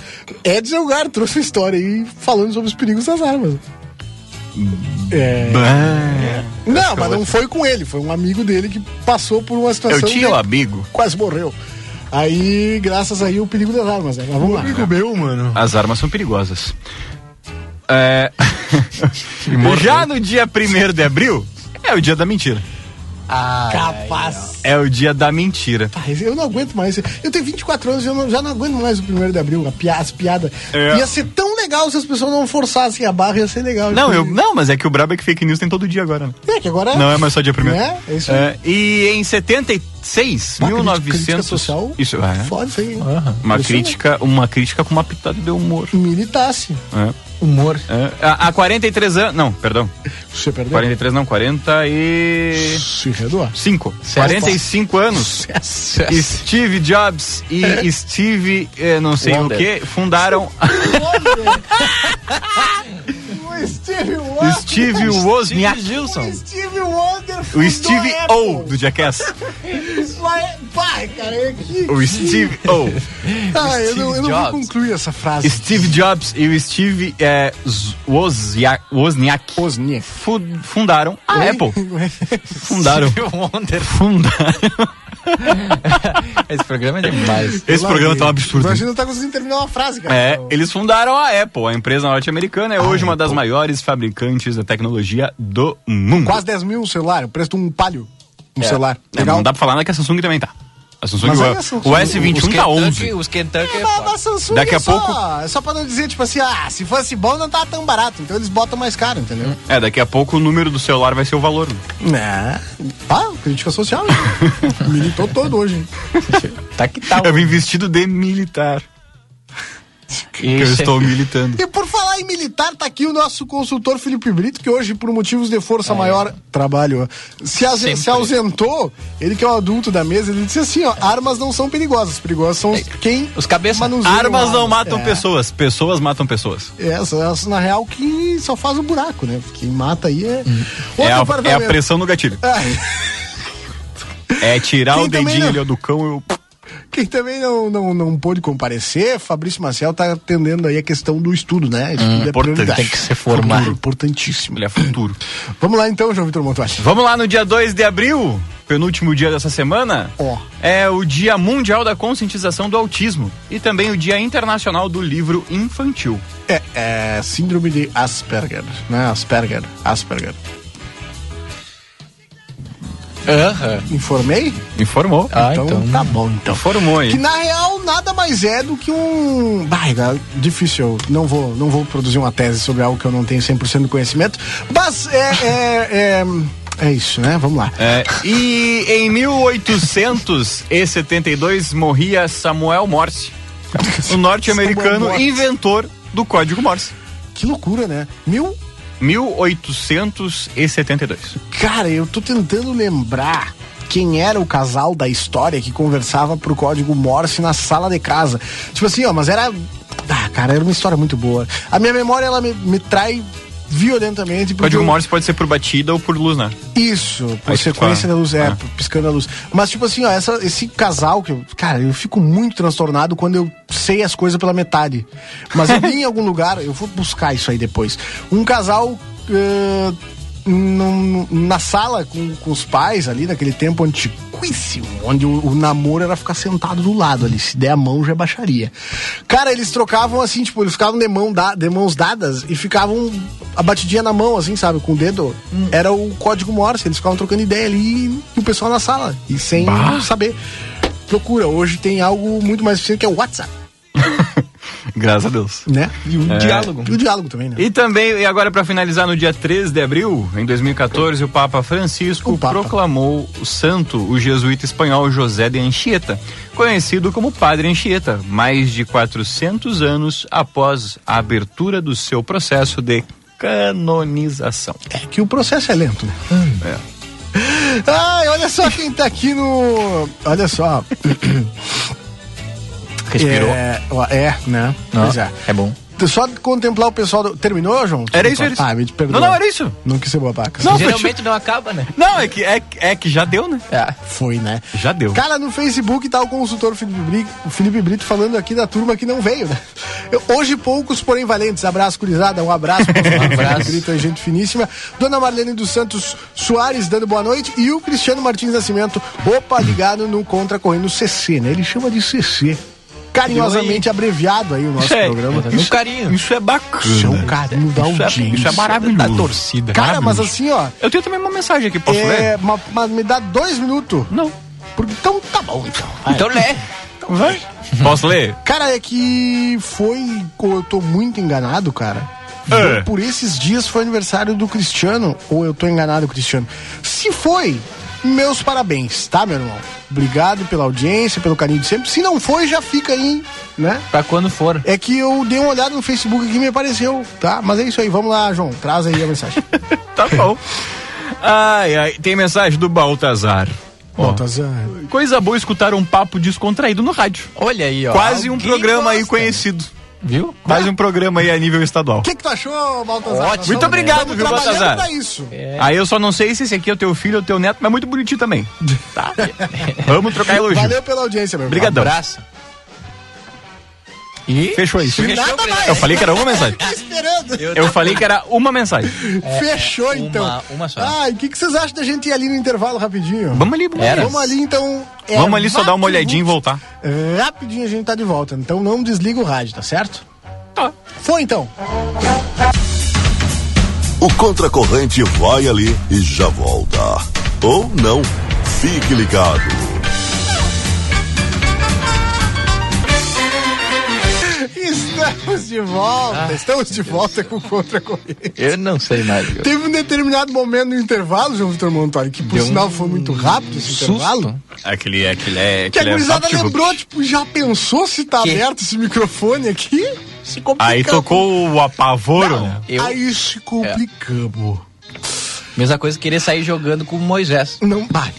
Edson Elgar trouxe a história aí falando sobre os perigos das armas. É. Não, mas não foi com ele, foi um amigo dele que passou por uma situação.
Eu tinha um
que
amigo.
quase morreu. Aí, graças aí, o perigo das armas, né? Mas vamos lá.
Amigo meu, mano.
As armas são perigosas. É... Já no dia 1 de abril, é o dia da mentira.
Ah,
Capaz.
É o dia da mentira.
Pai, eu não aguento mais. Eu tenho 24 anos e eu não- já não aguento mais o primeiro de abril, a pia- as piadas.
É.
Ia ser tão legal se as pessoas não forçassem a barra, ia ser legal.
Não, eu, não, mas é que o brabo é que fake news tem todo dia agora. né?
É, que agora.
Não é mais só dia 1
Né? É isso aí.
E em 76,
Bah, crítica-
1900.
crítica social.
Isso, é.
Foda isso aí. hein?
Uma
Impressionante.
crítica, uma crítica com uma pitada de humor.
Militasse.
É.
humor.
É, há há 43 anos. Não, perdão.
Você perdeu.
43 não, 45.
Se perdoa.
45 anos. Steve Jobs e Steve, eh, não sei
Wonder.
o que, fundaram
O Steve
a
Wonder.
Steve Wozniak.
Gilson.
O Steve Wonder.
O
fundou
Steve
a
O
Apple.
do Jackass.
Vai, vai, cara. É que...
O Steve O.
Ah, eu não, eu não vou
Jobs.
concluir essa frase.
Steve Jobs e o Steve eh, Z- Wozia- Wozniak
Osni.
fu- fundaram a Apple. Fundaram.
Wonder.
Fundaram.
Esse programa é demais.
Esse programa tá um absurdo.
Imagina, não tá conseguindo terminar uma frase, cara.
É,
Então,
eles fundaram a Apple, a empresa norte-americana, é hoje uma das maiores fabricantes da tecnologia do mundo.
Quase 10 mil um celular, o preço de um palho. Um celular.
É, não dá pra falar, né, que a Samsung também tá. A Samsung,
Mas
o,
aí a Samsung-
o S21 tá 11.
Os Kentucky é
Mas,
foda.
mas Samsung
Daqui
é
a
só,
pouco-
É só pra não dizer, tipo assim, ah, se fosse bom não tá tão barato. Então eles botam mais caro, entendeu?
É, daqui a pouco o número do celular vai ser o valor.
Né? Ah, crítica social. né? Militou todo hoje. hein?
Tá que tá.
É
Eu
um-
vim vestido de militar. que eu estou militando.
E por falar em militar, tá aqui o nosso consultor Felipe Brito, que hoje, por motivos de
É.
força maior, trabalho, se, ase-
Sempre.
se ausentou. Ele que é o adulto da mesa, ele disse assim, ó, armas não são perigosas, perigosas são os- quem...
Os cabeça.
manuseiam
É, Armas não matam
É.
pessoas, pessoas matam pessoas.
É, só- elas, na real, que só faz o buraco, né? Quem mata aí é. Outro
É a, é a
apartamento.
pressão no gatilho.
Ah,
É tirar
Quem
o
também né?
dedinho
não-
ali ó, do cão eu.
Quem também não, não, não pôde comparecer, Fabrício Marcel tá atendendo aí a questão do estudo, né? Estudo é prioridade.
Hum, tem que se formar.
Futuro, importantíssimo.
Ele é futuro.
Vamos lá então, João Vitor Montoya.
Vamos lá no dia 2 de abril, penúltimo dia dessa semana.
Ó.
É o Dia Mundial da Conscientização do Autismo e também o Dia Internacional do Livro Infantil.
É, é síndrome de Asperger, né? Asperger, Asperger.
Aham.
Informei?
Informou.
Ah, então.
tá bom então.
Informou aí.
Que na real nada mais é do que um. Bah, cara, difícil. eu Não vou, não vou produzir uma tese sobre algo que eu não tenho 100% de conhecimento. Mas é. É, é, é isso, né? Vamos lá.
É, e em 1872 morria Samuel Morse, o norte-americano
Samuel Morse.
inventor do código Morse.
Que loucura, né? Mil.
1872.
Cara, eu tô tentando lembrar. Quem era o casal da história que conversava pro código Morse na sala de casa? Tipo assim, ó, mas era. Ah, cara, era uma história muito boa. A minha memória, ela me, me trai violentamente. porque
Código
eu-
Morse pode ser por batida ou por luz, né?
Isso, por
Aí tu
sequência
tá-
da luz, é,
ah.
piscando a luz. Mas, tipo assim, ó, essa- esse casal que eu. Cara, eu fico muito transtornado quando eu sei as coisas pela metade. Mas eu li em algum lugar, eu vou buscar isso aí depois. Um casal. eh, num- na sala com, com os pais ali, naquele tempo antiquíssimo, onde o, o namoro era ficar sentado do lado ali. Se der a mão, já é baixaria. Cara, eles trocavam assim, tipo, eles ficavam de, mão da, de mãos dadas e ficavam a batidinha na mão, assim, sabe, com o dedo. Era o código Morse, eles ficavam trocando ideia ali e o pessoal na sala, e sem saber. Procura, hoje tem algo muito mais eficiente que é o WhatsApp,
Graças a Deus.
né? E o
diálogo.
E o diálogo também, né?
E também, e agora para finalizar, no dia 3 de abril, em 2014, o Papa Francisco
O Papa.
proclamou o santo, o jesuíta espanhol José de Anchieta, conhecido como Padre Anchieta, mais de 400 anos após a abertura do seu processo de canonização.
É que o processo é lento, né? Ai, olha só quem tá aqui no. Olha só.
Respirou.
É, ó, é né?
Não,
Pois é.
é bom.
Só de contemplar o pessoal. do- Terminou, João?
Era isso, era isso.
Ah, me perdoa.
Não, não, era isso.
Não quis ser babaca.
Não,
Geralmente não acaba, né?
Não, é que, é, que- é que já deu, né?
É.
Foi, né?
Já deu.
Cara, no Facebook tá o consultor Felipe Brito, o Felipe Brito falando aqui da turma que não veio, né? Eu- hoje poucos, porém valentes. Abraço, curizada. Um abraço. Um
abraço.
Brito é gente finíssima. Dona Marlene dos Santos Soares dando boa noite. E o Cristiano Martins Nascimento, opa, ligado no Contra Correndo CC, né? Ele chama de CC. Carinhosamente abreviado aí o nosso
É,
programa. tá
Um carinho.
Isso é bacana.
Isso é um carinho da
Isso é-
audiência.
isso é maravilhoso.
Da torcida. Cara, mas assim, ó.
Eu tenho também uma mensagem aqui, posso
É,
ler?
ma- mas me dá dois minutos.
né? Não.
Porque, então tá bom, então. Vai.
Então, né?
Vai. Posso ler?
Cara, é que foi. Eu tô muito enganado, cara.
É.
Por esses dias foi aniversário do Cristiano. Ou eu tô enganado, Cristiano? Se foi, meus parabéns, tá, meu irmão? Obrigado pela audiência, pelo carinho de sempre. Se não foi, já fica aí, né?
Pra quando for.
É que eu dei uma olhada no Facebook aqui e me apareceu, tá? Mas é isso aí, vamos lá, João. Traz aí a mensagem.
Tá bom. Ai, ai, tem mensagem do Baltazar. Ó,
Bom, tá zan-
coisa boa escutar um papo descontraído no rádio.
Olha aí, ó.
Quase um
Alguém
programa aí
gosta.
conhecido.
Viu?
Quase um programa aí a nível estadual.
O que, que tu achou, Baltazar?
Ótimo.
Nós
Muito
estamos-
obrigado,
estamos
viu,
trabalhando
Baltazar?
pra isso.
Aí eu só não sei se esse aqui é o teu filho ou teu neto, mas muito bonitinho também. Tá? Vamos trocar elogio.
Valeu pela audiência, meu irmão.
Obrigadão.
Abraço. E.
Fechou isso.
Fechou,
Nada
Breno.
mais.
Eu falei que era uma mensagem.
Tá esperando.
Eu falei que era uma mensagem.
Fechou,
é, uma-
então.
uma só.
Ah, e o que, que vocês acham da gente ir ali no intervalo rapidinho?
Vamos ali, vamos
Era.
ali.
Vamos ali, então. É
Vamos ali só dar uma
rápido,
olhadinha e voltar.
Rapidinho a gente tá de volta. Então não desliga o rádio, tá certo?
Tá.
Foi, então.
O contracorrente vai ali e já volta. Ou não. Fique ligado.
Estamos de volta.
Ah.
Estamos de volta com o Contra Corrente.
Eu não sei mais. viu?
Teve um determinado momento no intervalo, João Vitor Montori, que por
Deu um
sinal foi muito rápido esse
Susto.
intervalo.
Aquele, aquele, é-
Que a
aquele é
gurizada
rápido.
lembrou, tipo, já pensou se tá
Que?
aberto esse microfone aqui? Se complicamos.
Aí tocou o apavoro, né?
Eu-
Aí se complicamos.
Mesma coisa que querer sair jogando com o Moisés.
Não vai.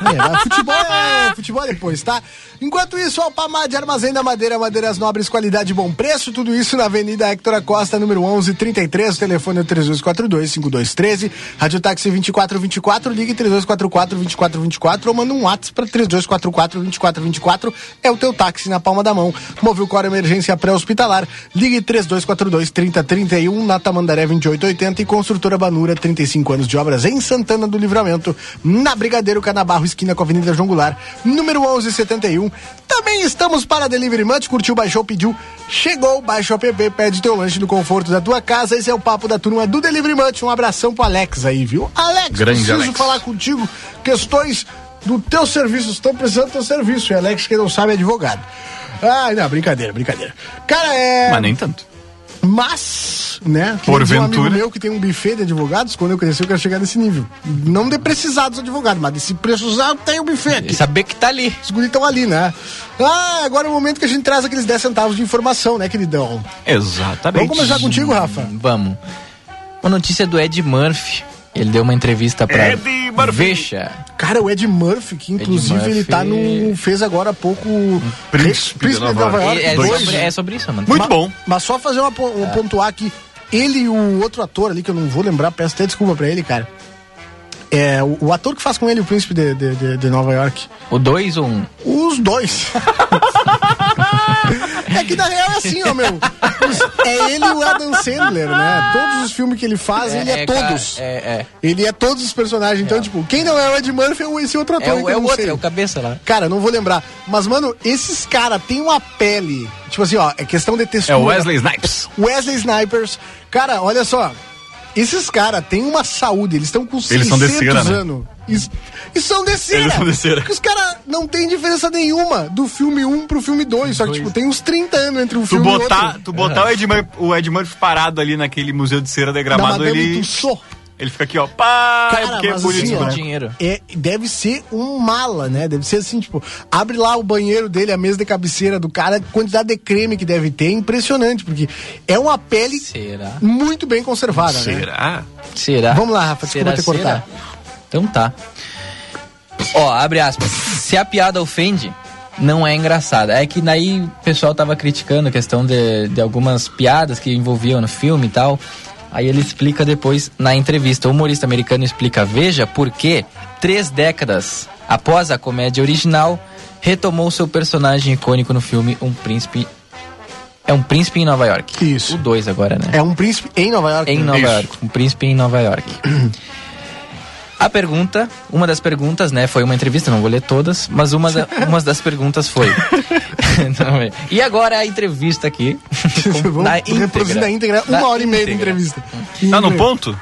É, futebol é futebol é depois, tá? Enquanto isso, Alpamar de Armazém da Madeira, madeiras nobres, qualidade e bom preço, tudo isso na Avenida Héctor Acosta, número 1133, telefone é 3242-5213, radiotáxi 2424, ligue 3244-2424 ou manda um WhatsApp para 3244-2424, é o teu táxi na palma da mão. Move o Coro Emergência Pré-Hospitalar, ligue 3242-3031, na Tamandaré 2880 um, e Construtora Banura, 35 anos de obras em Santana do Livramento, na Brigadeiro Canabarro, esquina com a Avenida Jongular, número 1171. Também estamos para Delivery Munch, curtiu, baixou, pediu, chegou, baixa o app, pede teu lanche no conforto da tua casa, esse é o papo da turma do Delivery Munch, um abração pro Alex aí, viu? Alex,
Grande
preciso
Alex.
falar contigo, questões do teu serviço, estão precisando do teu serviço, e Alex, quem não sabe, é advogado. Ah, não, brincadeira, brincadeira. Cara, é...
Mas nem tanto.
Mas, né? que
Porventura.
diz Um amigo meu que tem um buffet de advogados, quando eu crescer, eu quero chegar nesse nível. Não de precisar dos advogados, mas de se precisar, tem um buffet
E
aqui.
saber que tá ali.
Os guris estão ali, né? Ah, agora é o momento que a gente traz aqueles 10 centavos de informação, né, queridão?
Exatamente.
Vamos começar contigo, Rafa.
Vamos. Uma notícia do Ed Murphy. Ele deu uma entrevista pra
Ed Murphy.
Veja.
Cara, o Ed Murphy, que inclusive
Murphy.
ele tá no. fez agora há pouco.
Um Príncipe de Nova
É, é
dois.
sobre, é sobre isso, mano.
Muito bom.
É.
Mas só fazer uma, pon- um pontuar aqui. Ele e o outro ator ali, que eu não vou lembrar, peço até desculpa pra ele, cara. É, o, o ator que faz com ele, o príncipe de, de, de- de Nova York.
O 2 ou 1? Um?
Os dois. é que na real é assim, ó, meu. Os- É ele e o Adam Sandler, né? Todos os filmes que ele faz, ele é,
cara,
todos.
É, é.
Ele é todos os personagens. Então, tipo, quem não é o Ed Murphy é o- esse outro ator.
É,
que eu
o, é o
não
outro,
sei.
é o cabeça lá.
Cara, não vou lembrar. Mas, mano, esses caras têm uma pele. Tipo assim, ó, é questão de
É
textura.
o Wesley Snipes.
Wesley Snipers. Cara, olha só. Esses caras têm uma saúde, eles estão com
Eles
600
são de cera, né?
anos. Isso- E são de cera.
Eles são de cera.
Porque os caras não tem diferença nenhuma do filme 1 pro filme 2. Só que, tipo, tem uns 30 anos entre um
Tu
filme e
botar,
outro.
tu botar o, Ed Murphy, o Ed Murphy parado ali naquele museu de cera de gramado,
Madame
ele,
Tussauds.
ele fica aqui, ó. Pá,
Cara,
porque é
mas
bonito.
assim, ó,
né?
Dinheiro.
É, deve ser um mala, né? Deve ser assim, tipo, abre lá o banheiro dele, a mesa de cabeceira do cara, a quantidade de creme que deve ter é impressionante, porque é uma pele
Será?
muito bem conservada, né?
Será?
Será?
Vamos lá, Rafa, desculpa te cortar.
Então tá. Ó, abre aspas. Se a piada ofende, não é engraçada. É que daí o pessoal tava criticando a questão de, de algumas piadas que envolviam no filme e tal. Aí ele explica depois na entrevista. O humorista americano explica, veja por que três décadas após a comédia original, retomou seu personagem icônico no filme Um Príncipe. É um príncipe em Nova York.
Isso.
O dois agora, né?
É um príncipe em Nova York.
Em
né?
Nova
Isso.
York, um príncipe em Nova York. A pergunta, uma das perguntas, né, foi uma entrevista, não vou ler todas, mas uma, da- umas das perguntas foi. Não, é. e agora a entrevista aqui.
Vamos
na
reproduzir
íntegra.
na íntegra uma
Na
hora e meia de
íntegra.
entrevista.
Tá
né?
no ponto?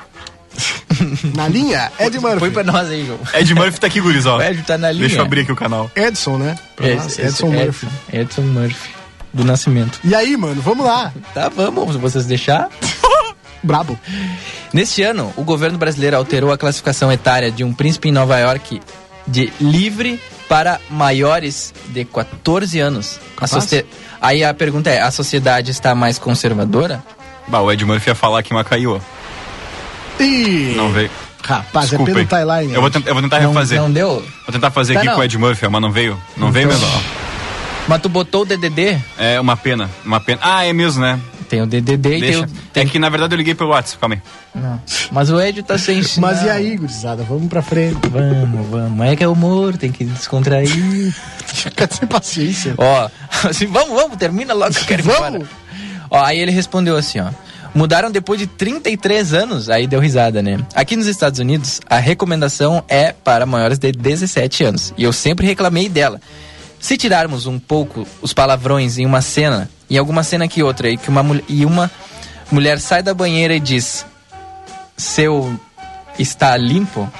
Na linha, Ed Murphy.
Foi pra nós aí, João.
Ed Murphy tá aqui, guris, ó.
O Ed tá na linha.
Deixa eu abrir aqui o canal.
Edson, né? Pra nós,
Esse- esse-
Edson
Ed-
Murphy.
Edson Murphy, do Nascimento.
E aí, mano, vamos lá.
Tá, vamos, se vocês deixar.
Brabo.
Neste ano, o governo brasileiro alterou a classificação etária de um príncipe em Nova York de livre para maiores de 14 anos. A socie- Aí a pergunta é: a sociedade está mais conservadora?
Bah, o Ed Murphy ia falar que Macaiô.
E...
Não veio.
Rapaz, é
Desculpa
pelo
aí.
timeline.
Eu vou, tentar- eu vou
É,
tentar
né? não,
refazer.
não deu?
Vou tentar fazer
Tá,
aqui
não.
com o Ed Murphy, ó, mas não veio. Não veio mesmo. ó.
Mas tu botou o DDD?
É uma pena, uma pena. Ah, é mesmo, né?
Tem o DDD e
Deixa.
tem o.
É que na verdade eu liguei pelo WhatsApp, calma aí.
Não. Mas o Ed tá sem sinal.
né? Mas e aí, gurizada, vamos pra frente.
Vamos, vamos. É que é humor, tem que descontrair.
Fica sem paciência.
Ó, assim, vamos, vamos, termina logo que eu quero ir
Vamos.
embora. Ó, aí ele respondeu assim, ó. Mudaram depois de 33 anos, aí deu risada, né? Aqui nos Estados Unidos, a recomendação é para maiores de 17 anos. E eu sempre reclamei dela. Se tirarmos um pouco os palavrões em uma cena, em alguma cena que outra, e que uma, mul- e uma mulher sai da banheira e diz: Seu está limpo?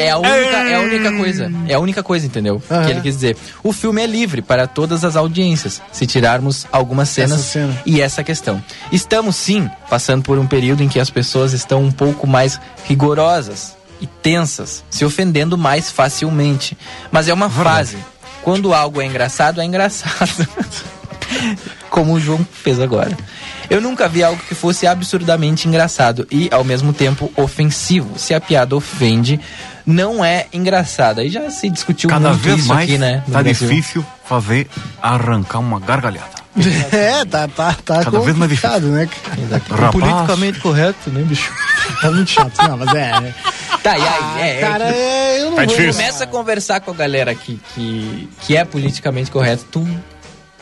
É a única, é a única coisa. É a única coisa, entendeu?
Aham.
Que ele quis dizer. O filme é livre para todas as audiências, se tirarmos algumas cenas
Essa cena.
e essa questão. Estamos sim passando por um período em que as pessoas estão um pouco mais rigorosas e tensas, se ofendendo mais facilmente. Mas é uma fase. Quando algo é engraçado, é engraçado. Como o João fez agora. Eu nunca vi algo que fosse absurdamente engraçado e, ao mesmo tempo, ofensivo. Se a piada ofende, não é engraçada. E já se discutiu muito isso aqui, né? no
tá
Brasil.
difícil fazer arrancar uma gargalhada.
É, tá, tá, tá
Cada vez mais
complicado, né? cara?
Exato.
Rapaz.
Politicamente correto, né, bicho?
Tá muito chato. Não, mas é. é.
Tá, e aí? É, é,
Cara,
tu
é, eu não
Tá
vou.
difícil.
começa a conversar com a galera que, que, que é politicamente correto, tu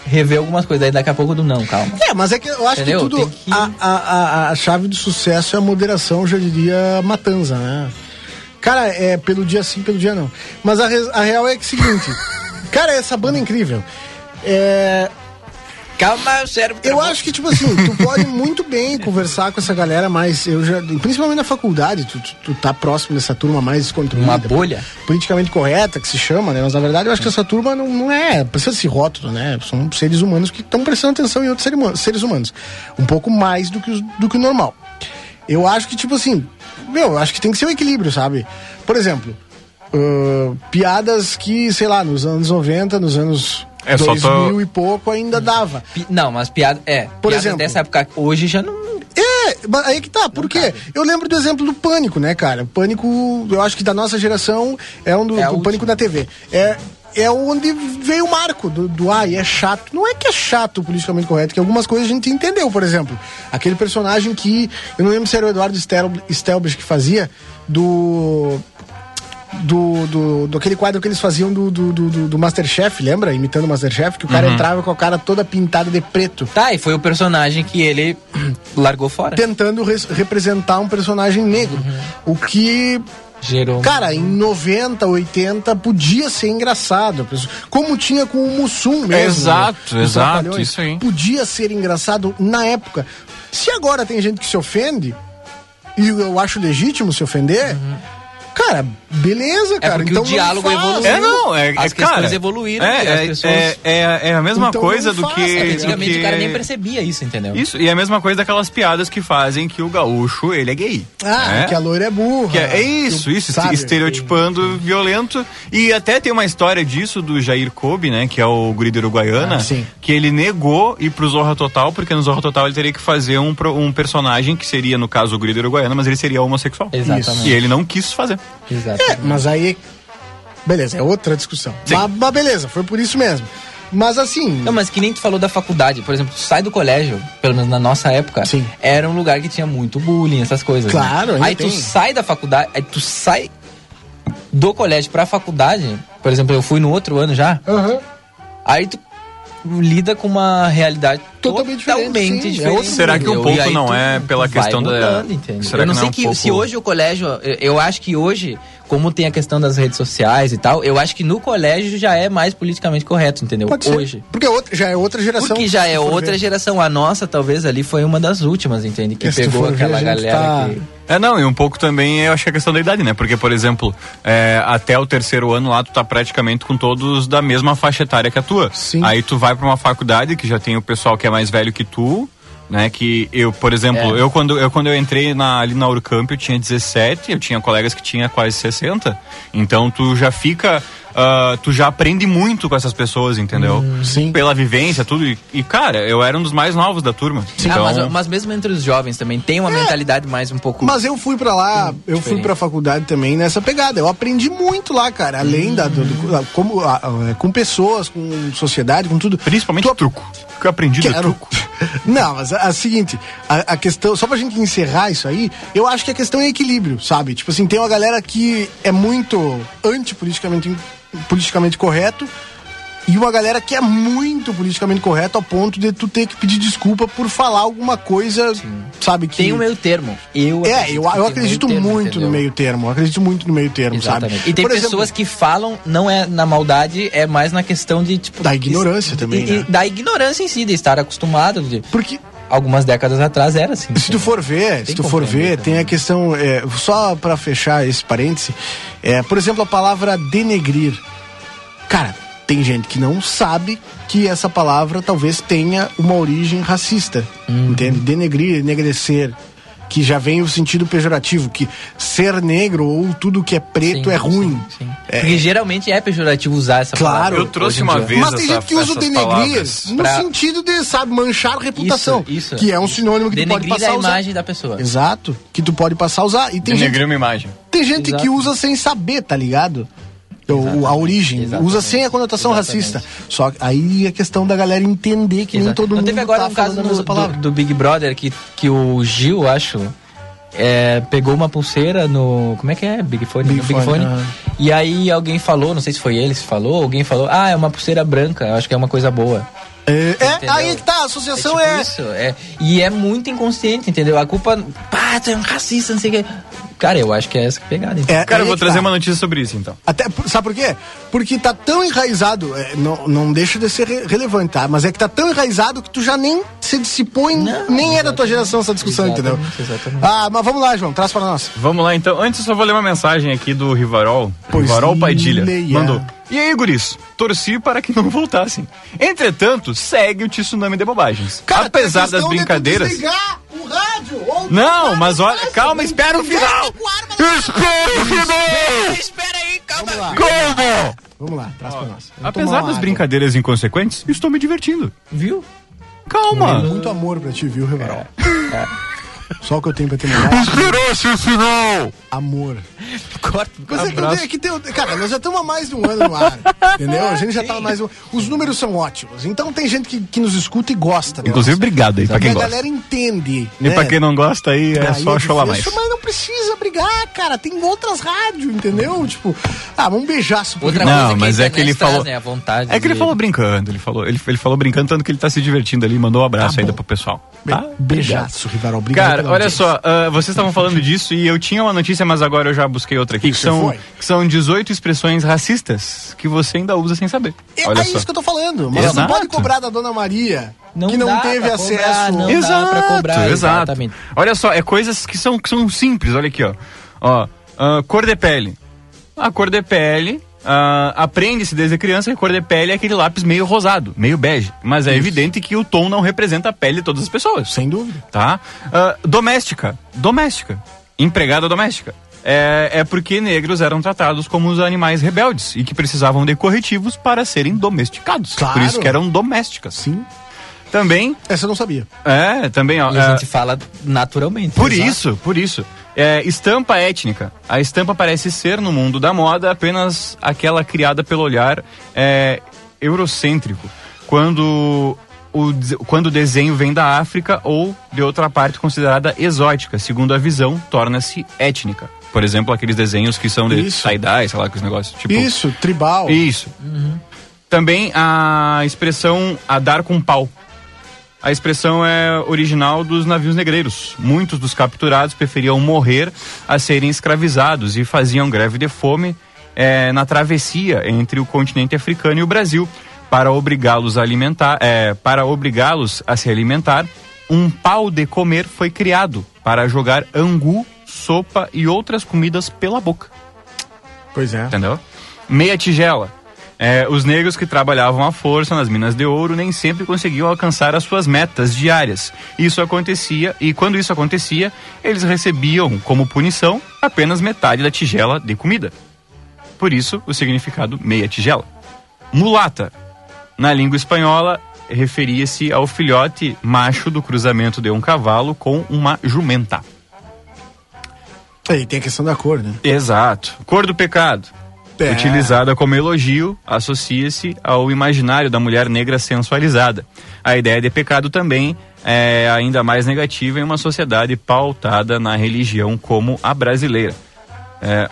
revê algumas coisas, aí daqui a pouco do não, calma.
É, mas é que eu acho
Entendeu?
que tudo.
Tem que-
A, a, a, a chave do sucesso é a moderação, eu já diria matanza, né? Cara, é pelo dia sim, pelo dia não. Mas a, re- a real é que é o seguinte. cara, essa banda é incrível. É,
Calma, o cérebro.
Eu acho que, tipo assim, tu pode muito bem conversar com essa galera, mas eu já. Principalmente na faculdade, tu, tu, tu tá próximo dessa turma mais descontrolada.
Uma bolha.
É.
Politicamente correta, que se chama, né? Mas na verdade eu acho que essa turma não, não é. Precisa desse rótulo, né? São seres humanos que estão prestando atenção em outros ser huma- seres humanos. Um pouco mais do que, os- do que o normal. Eu acho que, tipo assim. Meu, eu acho que tem que ser um equilíbrio, sabe? Por exemplo. ah, piadas que, sei lá, nos anos 90, nos anos
É, só
2000
tô-
e pouco ainda dava.
Pi- Não, mas piada. É.
Por
piadas
exemplo.
Dessa época hoje já não.
É, mas aí que tá, por quê? Eu lembro do exemplo do pânico, né, cara? O pânico, eu acho que da nossa geração é um do
É a
o
última.
pânico da TV. É, é onde veio o marco do, do ai, é chato. Não é que é chato o politicamente correto, que algumas coisas a gente entendeu, por exemplo. Aquele personagem que, eu não lembro se era o Eduardo Stelb- Stelbrecht que fazia, do do, do, do aquele quadro que eles faziam do, do, do, do- do Masterchef, lembra? Imitando o Masterchef, que o cara
Uhum.
entrava com a cara toda pintada de preto.
Tá, e foi o personagem que ele largou fora.
Tentando res- representar um personagem negro.
Uhum.
O que
Gerou.
Cara, em 90, 80 podia ser engraçado. pessoal. Como tinha com o Mussum mesmo.
Exato,
né? Os
exato,
Trapalhões.
isso aí.
Podia ser engraçado na época. Se agora tem gente que se ofende, e eu acho legítimo se ofender,
Uhum.
cara, beleza,
É
cara.
porque
então
o diálogo
não faz.
evoluiu.
É, não, é,
As
é,
questões
cara,
evoluíram
É,
e as
é,
pessoas-
é, é- é a mesma
Então
coisa
não
do
faça,
que.
cara.
do
Antigamente
que-
o cara nem percebia isso, entendeu?
Isso, e é a mesma coisa daquelas piadas que fazem que o gaúcho, ele é gay.
Ah,
né?
que a loira é burra.
Que é, é isso,
que o-
isso,
sabe?
estereotipando violento. E até tem uma história disso do Jair Kobe, né? Que é o guri de Uruguaiana.
Ah, sim.
Que ele negou ir pro Zorra Total, porque no Zorra Total ele teria que fazer um, pro- um personagem que seria, no caso, o guri de Uruguaiana, mas ele seria homossexual. E
Exatamente.
ele não quis fazer.
Exatamente.
É, mas aí. Beleza, é outra discussão.
Sim.
Mas, mas beleza, foi por isso mesmo. Mas assim.
Não, mas que nem tu falou da faculdade, por exemplo, tu sai do colégio, pelo menos na nossa época,
Sim.
era um lugar que tinha muito bullying, essas coisas. né?
Claro, ainda
Aí tu
tem.
sai da faculdade, aí tu sai do colégio pra faculdade, por exemplo, eu fui no outro ano já,
Aham.
aí tu lida com uma realidade
Totalmente
totalmente,
diferente, sim, é
diferente.
outro
Será que um
entendeu?
pouco
E aí
não
tu
é pela
vai
questão da-
mudando, entendeu?
Será
eu não
que
sei
não é um
que,
pouco-
se hoje o colégio, eu- eu acho que hoje, como tem a questão das redes sociais e tal, eu acho que no colégio já é mais politicamente correto, entendeu?
Pode ser.
hoje.
Porque é outra- já é outra geração.
Porque já
se
é
for
outra
ver.
geração. A nossa, talvez, ali foi uma das últimas, entende? Que
É, se tu
pegou
for ver, a
aquela
gente
galera
tá-
que.
É, não, e um pouco também eu acho que é questão da idade, né? Porque, por exemplo, é, até o terceiro ano lá tu tá praticamente com todos da mesma faixa etária que a tua.
Sim.
Aí tu vai pra uma faculdade que já tem o pessoal que é mais velho que tu, né? Que eu, por exemplo,
É.
eu, quando, eu quando eu entrei na, ali na Urcamp eu tinha 17, eu tinha colegas que tinha quase 60. Então tu já fica. ah, tu já aprende muito com essas pessoas, entendeu?
sim.
Pela vivência, tudo. E, e, cara, eu era um dos mais novos da turma.
Ah,
Então,
mas, mas mesmo entre os jovens também tem uma mentalidade mais um pouco.
É. Mas eu fui pra lá, eu fui
diferente.
pra faculdade também nessa pegada. Eu aprendi muito lá, cara. Além da. do-
Hum.
do- da- como, a- a- com pessoas, com sociedade, com tudo.
Principalmente
Tu-
truco. O que eu aprendi do
Quero.
truco.
Não, mas a, a seguinte, a, a questão, só pra gente encerrar isso aí, eu acho que a questão é equilíbrio, sabe? Tipo assim, tem uma galera que é muito antipoliticamente politicamente correto e uma galera que é muito politicamente correto ao ponto de tu ter que pedir desculpa por falar alguma coisa, sabe? Que...
Tem um meio termo. Eu
É, eu,
que tem
eu
um
acredito
meio termo,
muito
entendeu?
no meio termo, eu acredito muito no meio termo,
Exatamente.
sabe?
E tem
Por exemplo,
pessoas que falam, não é na maldade, é mais na questão de, tipo.
Da ignorância
e-
também,
e-
né?
Da ignorância em si, de estar acostumado. De,
Porque
algumas décadas atrás era assim.
Se tu
entendeu?
for ver, se
Tem
tu for
compreender
ver,
também. né?
tem a questão, é, só pra fechar esse parêntese, é, por exemplo, a palavra denegrir. Cara, tem gente que não sabe que essa palavra talvez tenha uma origem racista.
Uhum.
Entende? Denegrir, enegrecer. Que já vem o sentido pejorativo, que ser negro ou tudo que é preto
Sim,
é ruim.
sim, sim.
É.
Porque geralmente é pejorativo usar essa
Claro.
palavra.
Eu trouxe
hoje em
uma
dia.
vez
Mas tem
essa-
gente que usa o
essas
denegrir
palavras
no
pra-
sentido de, sabe, manchar a reputação.
isso,
que é um
isso.
sinônimo que tu pode
Denegrir
passar
a
a usar.
imagem da pessoa.
Exato, que tu pode passar a usar. E tem gente
Denegrir uma imagem.
Tem gente
Exato.
que usa sem saber, tá ligado? Então, O-
Exatamente.
a origem. Usa
Exatamente.
sem a conotação
Exatamente.
racista. Só que aí a questão da galera entender que nem
Exato.
todo
Não
mundo
teve agora
tá
um caso
falando a
no,
mesma
do,
palavra.
do Big Brother que, que o Gil, acho, é, pegou uma pulseira no. Como é que é? Big Fone?
Big
no Big
Fone,
Fone.
aham.
E aí alguém falou, não sei se foi ele que falou, alguém falou, ah, é uma pulseira branca, eu acho que é uma coisa boa.
É, é,
Entendeu?
aí que tá, a associação
tipo
é.
Isso, é. E é muito inconsciente, entendeu? A culpa. Pá, tu é um racista, não sei o quê. Cara, eu acho que é essa pegada. entendeu?
é,
Cara,
aí
eu vou
que
trazer
tá.
uma notícia sobre isso então.
Até, por- sabe por quê? Porque tá tão enraizado, é, não, não deixa de ser re- relevante, tá? Mas é que tá tão enraizado que tu já nem se dissipou, em,
Não,
nem é da tua geração essa discussão,
Exatamente,
entendeu?
exatamente.
Ah, mas vamos lá, João, traz pra nós.
Vamos lá então. Antes eu só vou ler uma mensagem aqui do Rivarol.
Pois
Rivarol Paidilha.
leia.
Mandou. E aí, guris? Torci para que não voltassem. Entretanto, segue o tsunami de bobagens. Apesar
tem a
das
questão de tu
brincadeiras.
desligar o rádio, ou tá
Não,
botar
mas
na
olha,
caixa,
calma,
não
espera um o
inventa
final.
com arma na
Espera o final! Como?
Vamos lá, traz pra nós. Vou tomar
Apesar
uma
das
água.
brincadeiras inconsequentes,
É.
estou me divertindo.
Viu?
Calma. É,
Muito amor pra ti, viu, Rivarol? Só o que eu tenho pra terminar. Amor.
Corta,
Mas é que,
abraço.
tem- é que tem, cara, nós já estamos há mais de um ano no ar, entendeu? A gente já tá há mais de um... Os números são ótimos, então tem gente que, que nos escuta e gosta. né?
Inclusive, obrigado aí pra
Porque
quem
a
gosta.
galera entende,
E
né?
pra quem não gosta aí, é
Aí
só chorar mais.
difícil, Mas não precisa brigar, cara, tem outras rádios, entendeu? Tipo, ah, vamos beijar,
Outra
Não,
coisa
mas
a
é que ele
internet traz,
falou-
né, a vontade
É que ele
de-
falou brincando, ele falou, ele, ele falou brincando, tanto que ele tá se divertindo ali, mandou um abraço ainda pro pessoal. Tá?
Beijaço, Rivarol. obrigado
Cara,
pela
olha
audiência.
só, ah, vocês estavam falando disso e eu tinha uma notícia, mas agora eu já busquei outra aqui. Que
Isso
são,
foi.
que são 18 expressões racistas que você ainda usa sem saber.
É,
Olha
é
só.
isso que eu tô falando. Mas
Exato.
não pode cobrar da dona Maria que
dá
não teve
pra
acesso.
cobrar, não dá pra cobrar,
exato.
exatamente.
Olha só, é coisas que são, que são simples, olha aqui, ó. Ó, ah, cor de pele. A cor de pele, ah, aprende-se desde criança que cor de pele é aquele lápis meio rosado, meio bege. Mas é evidente que o tom não representa a pele de todas as pessoas.
Sem dúvida.
tá? Ah, doméstica. Doméstica. Empregada doméstica. É, é porque negros eram tratados como os animais rebeldes e que precisavam de corretivos para serem domesticados.
Claro.
Por isso que eram domésticas.
Sim.
Também,
Essa eu não sabia.
é, também, ó.
E a
é,
gente né? fala naturalmente.
por
exato.
isso, por isso. É, estampa étnica. A estampa parece ser, no mundo da moda, apenas aquela criada pelo olhar é, eurocêntrico. Quando o, des- quando o desenho vem da África ou de outra parte considerada exótica, segundo a visão, torna-se étnica. Por exemplo, aqueles desenhos que são de
Isso.
tie-dye, sei lá, que os negócios. Tipo,
Isso, tribal.
isso. Também a expressão a dar com pau. A expressão é original dos navios negreiros. Muitos dos capturados preferiam morrer a serem escravizados e faziam greve de fome eh, na travessia entre o continente africano e o Brasil para obrigá-los a alimentar, eh, para obrigá-los a se alimentar. Um pau de comer foi criado para jogar angu, sopa e outras comidas pela boca
Pois é.
entendeu? Meia tigela. É, os negros que trabalhavam à força nas minas de ouro nem sempre conseguiam alcançar as suas metas diárias. Isso acontecia, e quando isso acontecia, eles recebiam como punição apenas metade da tigela de comida. Por isso, o significado meia tigela. Mulata. Na língua espanhola, referia-se ao filhote macho do cruzamento de um cavalo com uma jumenta.
Aí tem a questão da cor, né?
Exato. Cor do pecado.
É.
Utilizada como elogio, associa-se ao imaginário da mulher negra sensualizada. A ideia de pecado também é ainda mais negativa em uma sociedade pautada na religião como a brasileira. É,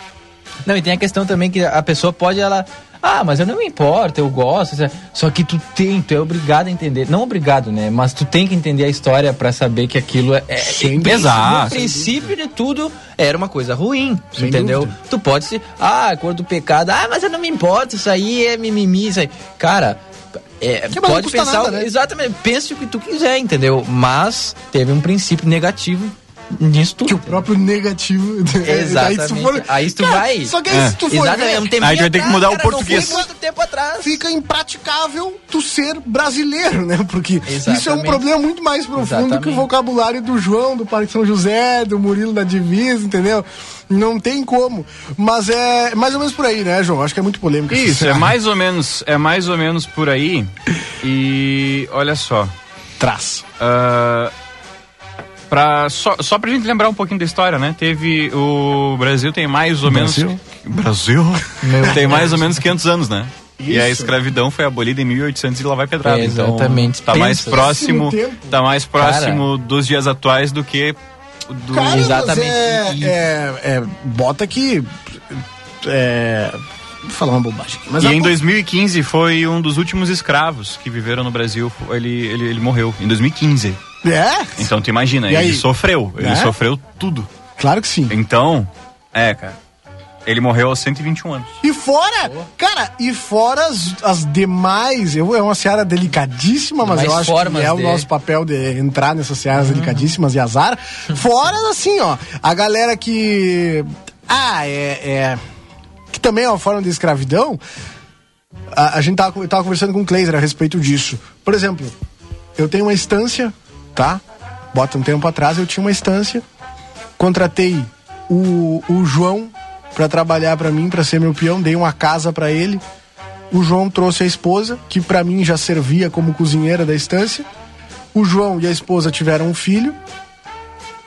Não, e tem a questão também que a pessoa pode, ela. Ah, mas eu não me importo, eu gosto. isso é- Só que tu tem, tu é obrigado a entender. Não obrigado, né? Mas tu tem que entender a história pra saber que aquilo é. é
Sem
em princ-
dúvida.
No princípio de tudo, era uma coisa ruim.
Sem
entendeu?
dúvida.
Tu pode se. Ah, cor do pecado. Ah, mas eu não me importo, isso aí é mimimi, isso aí. Cara. É,
Que mas não
pode
custa
pensar
nada, né?
exatamente pense o que tu quiser entendeu mas teve um princípio negativo nisso tudo
Que o
entendeu?
próprio negativo.
Exatamente.
Aí tu, for-
Aí tu
Cara,
vai.
Só que aí se tu for
Exatamente,
ver,
é um tempinho
Aí a gente vai ter que
atrás,
mudar o
cara, não
português.
foi quanto tempo atrás?
fica impraticável tu ser brasileiro, né? Porque isso é um
Exatamente.
problema muito mais profundo que o
Exatamente.
vocabulário do João, do Parque São José, do Murilo da Divisa, entendeu? Não tem como. Mas é mais ou menos por aí, né, João? Acho que é muito polêmico. essa
isso, é
cena.
mais ou menos, é mais ou menos por aí. E olha só,
Traz.
Ah, pra, só, só pra gente lembrar um pouquinho da história, né? Teve. O Brasil tem mais ou menos.
Brasil?
Brasil? tem mais ou menos 500 anos, né? E a escravidão foi abolida em 1800 e lá vai pedrada.
É,
então,
exatamente.
Tá mais
Pensa.
próximo,
Pouquíssimo tempo.
tá mais próximo dos dias atuais do que do
Cara,
Exatamente.
mas
E-
é, é, é, bota que. É, vou falar uma bobagem. aqui, Mas
e
a
em
po-
2015 foi um dos últimos escravos que viveram no Brasil. Ele, ele, ele morreu em 2015.
É?
Então tu imagina,
E
ele
aí?
sofreu. Ele
Né?
sofreu tudo.
Claro que sim.
Então, é, cara. Ele morreu aos 121 anos.
E fora, cara, e fora as, as demais, eu, é uma seara delicadíssima, mas
Demais
eu acho que
formas
é o
de- Uhum.
nosso papel de entrar nessas searas delicadíssimas e azar. Fora, assim, ó, a galera que... Ah, é... é- que também é uma forma de escravidão. A, a gente tava, eu tava conversando com o Kleiser a respeito disso. Por exemplo, eu tenho uma instância, tá? Bota um tempo atrás, eu tinha uma instância contratei o, o João pra trabalhar pra mim, pra ser meu peão, dei uma casa pra ele. O João trouxe a esposa, que pra mim já servia como cozinheira da estância. O João e a esposa tiveram um filho.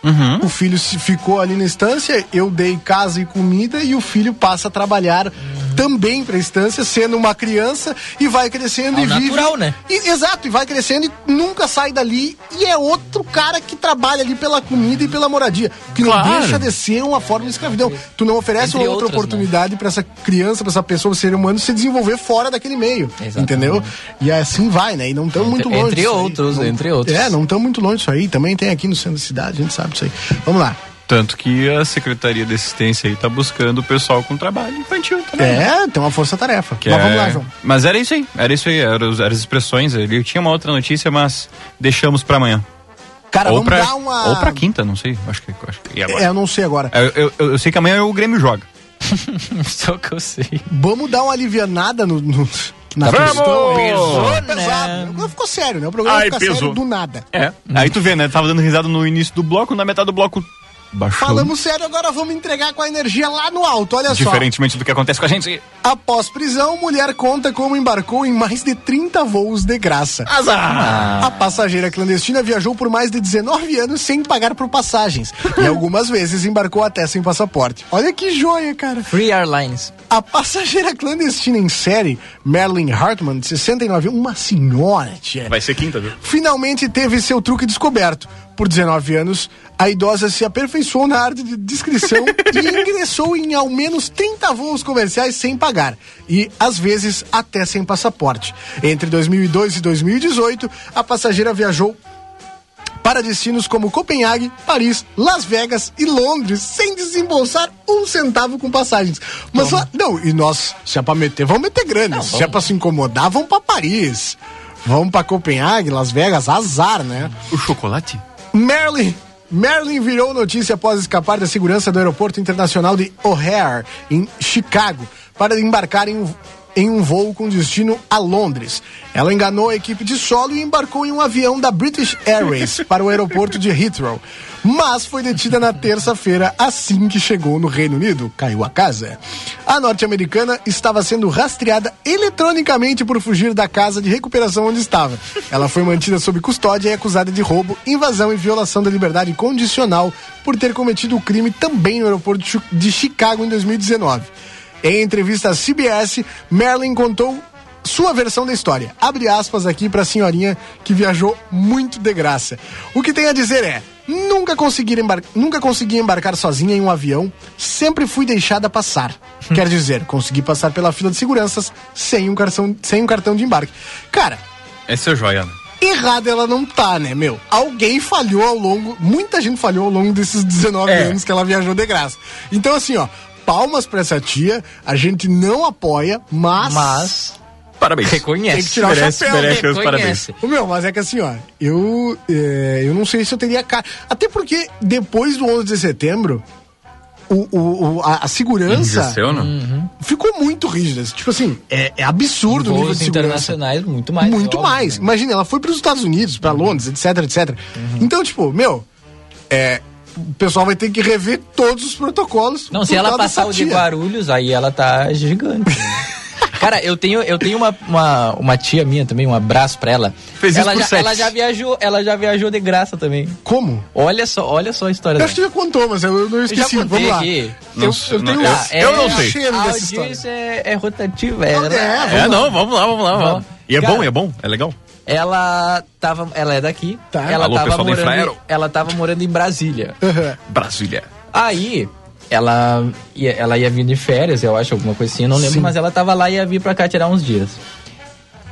Uhum.
O filho se- ficou ali na estância, eu dei casa e comida e o filho passa a trabalhar também para a estância, sendo uma criança e vai crescendo
Ao
e vive.
natural, né?
E- exato, e vai crescendo e nunca sai dali e é outro cara que trabalha ali pela comida e pela moradia, o que não
Claro.
deixa de ser uma forma de escravidão. Tu não oferece
Entre
uma outra
outras, né?
oportunidade para essa criança, para essa pessoa, ser humano se desenvolver fora daquele meio,
Exatamente.
entendeu? E assim vai, né? E não estamos muito longe.
Entre
disso aí.
outros,
Não-
entre outros.
É, não estamos muito longe disso aí. Também tem aqui no centro da cidade, a gente sabe disso aí. Vamos lá.
Tanto que a Secretaria de Assistência aí tá buscando o pessoal com trabalho infantil também.
É, tem uma força-tarefa.
Que
Mas
é-
vamos lá, João.
Mas era isso aí, era isso aí, eram os- eram as expressões. Eu tinha uma outra notícia, mas deixamos pra amanhã.
Cara,
ou,
Tá, vamos
pra,
dar uma.
ou pra quinta, não sei. Acho que. Acho que e agora?
É, eu não sei agora.
Eu, eu- eu- eu sei que amanhã o Grêmio joga.
Só que eu sei.
Vamos dar uma alivianada no. no- Na
Vamos!
questão.
Pesou,
É Pesado. Agora ficou sério, né? O programa
Ai,
fica sério
pesou.
do nada.
É. Aí tu vê, né? Tava dando risada no início do bloco, na metade do bloco baixou.
Falamos sério, agora vamos entregar com a energia lá no alto. Olha
Diferentemente do que acontece com a gente.
só. Após prisão, mulher conta como embarcou em mais de 30 voos de graça.
Azar!
A passageira clandestina viajou por mais de 19 anos sem pagar por passagens e algumas vezes embarcou até sem passaporte. Olha que joia, cara.
Free Airlines.
A passageira clandestina em série, Marilyn Hartman, de 69, uma senhora, tia.
Vai ser quinta, viu?
Finalmente teve seu truque descoberto. Por 19 anos, a idosa se aperfeiçoou na arte de descrição e ingressou em ao menos 30 voos comerciais sem pagar. E, às vezes, até sem passaporte. Entre 2002 e 2018, a passageira viajou para destinos como Copenhague, Paris, Las Vegas e Londres, sem desembolsar um centavo com passagens. Mas ó, não, e nós, se é pra meter, vamos meter grana.
Não,
se
vamos.
é pra se incomodar, vamos pra Paris. Vamos pra Copenhague, Las Vegas, azar, né?
O chocolate?
Merlin. Merlin virou notícia após escapar da segurança do aeroporto internacional de O'Hare, em Chicago, para embarcar em um, em um voo com destino a Londres. Ela enganou a equipe de solo e embarcou em um avião da British Airways para o aeroporto de Heathrow, mas foi detida na terça-feira assim que chegou no Reino Unido. Caiu a casa. A norte-americana estava sendo rastreada eletronicamente por fugir da casa de recuperação onde estava. Ela foi mantida sob custódia e acusada de roubo, invasão e violação da liberdade condicional por ter cometido o crime também no aeroporto de Chi- de Chicago em 2019. Em entrevista à CBS, Marilyn contou sua versão da história. Abre aspas aqui pra senhorinha que viajou muito de graça. O que tem a dizer é: nunca consegui, embar nunca consegui embarcar sozinha em um avião, sempre fui deixada passar. Quer dizer, consegui passar pela fila de seguranças sem um cartão, sem um cartão de embarque. Cara,
Essa é joia, né?
errada ela não tá, né, meu? Alguém falhou ao longo, muita gente falhou ao longo desses 19
É.
anos que ela viajou de graça. Então, assim, ó, palmas pra essa tia, a gente não apoia,
Mas.
Parabéns.
Reconhece.
Tem que tirar o
Merece,
chapéu, né?
merece os
Reconhece.
Ô, meu, mas é que assim, ó, eu, é, eu não sei se eu teria cara. Até porque depois do 11 de setembro, o, o- o- a, a segurança
né?
Injeciono?
ficou muito rígida. Tipo assim, é, é absurdo o nível
Voos
de segurança.
internacionais, muito mais.
Muito
óbvio,
mais.
né? Uhum.
Imagina, ela foi para os Estados Unidos, para Londres, etc, etc. Então, tipo, meu, é, o pessoal vai ter que rever todos os protocolos.
Não, se
por
ela
causa dessa
passar o de
tia.
Guarulhos, aí ela tá gigante. né? Cara, eu tenho, eu tenho uma, uma, uma tia minha também, um abraço pra ela.
Fez isso
ela,
por
já,
sexo.
ela já viajou, ela já viajou de graça também.
Como?
Olha só, olha só a história
Eu
dela.
acho que já contou, mas eu, eu não esqueci.
contei
Vamos lá.
aqui.
Eu,
Nossa,
eu tenho
não,
um
eu- eu não
um
sei.
cheiro
a
dessa história.
audiência é, é rotativa. É,
é,
É, não, vamos lá, vamos lá, vamos lá.
Vamos.
E é
Cara-
bom, e é bom, é legal.
Ela tava. Ela é daqui.
Tá.
Ela,
Alô,
tava
pessoal da
morando,
Infraero.
em- ela tava morando em Brasília.
Brasília.
Aí, ela ia, ela ia vir de férias, eu acho, alguma coisinha, não lembro,
Sim.
mas ela tava lá e ia vir pra cá tirar uns dias.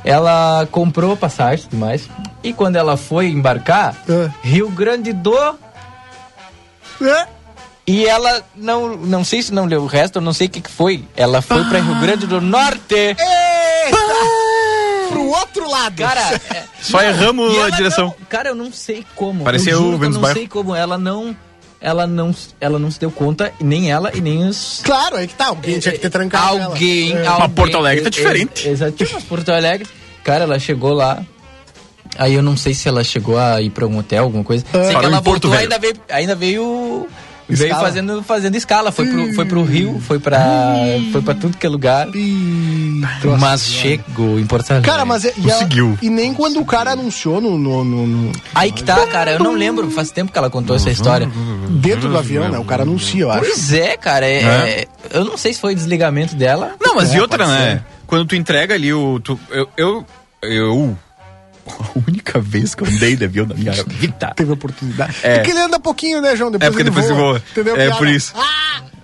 Ela comprou passagem e tudo mais. E quando ela foi embarcar,
Ah.
Rio Grande do.
É.
E ela não. Não sei se não leu o resto, eu não sei o que, que foi. Ela foi pra Rio Grande do Norte!
Pro outro lado.
Cara, é-
Só erramos
e
tipo, a
ela
direção.
não- cara, eu não sei como.
Parecia o
eu juro que Eu
Venus
não
Bairro.
sei como. Ela não. Ela não. Ela não se deu conta, e nem ela, e nem os
Claro, aí que tá. Alguém tinha que ter trancado ela.
Alguém,
É.
alguém.
Mas Porto Alegre tá
Ex-
diferente.
ex- Exato, mas Porto Alegre. Cara, ela chegou lá. Aí
É.
eu não sei se ela chegou a ir pra um hotel, alguma coisa. Sei que
Parou
ela
em Porto
voltou,
Velho.
ainda veio, ainda veio E veio
Escala.
fazendo, fazendo escala. Foi pro, foi pro Rio, foi pra, foi pra tudo que é lugar. Mas chegou em Porto Alegre.
Cara, mas. é- E, ela-
Conseguiu.
e nem quando o cara anunciou no, no- no- no-
Aí que tá, cara. Eu não lembro. Faz tempo que ela contou
Uhum,
essa história.
Hum,
dentro do avião, né? O cara anuncia, eu acho. Né?
Pois é, cara. é-
É.
é- eu não sei se foi desligamento dela.
Não, mas
É,
e outra,
pode
né? Quando tu entrega ali o. tu- eu, eu. Eu. A única vez que eu andei de avião na minha vida.
Teve oportunidade.
É.
Porque ele anda pouquinho, né, João? Depois
É porque
ele
depois
voa,
eu vou.
Entendeu?
É
Piada. Ah,
por isso.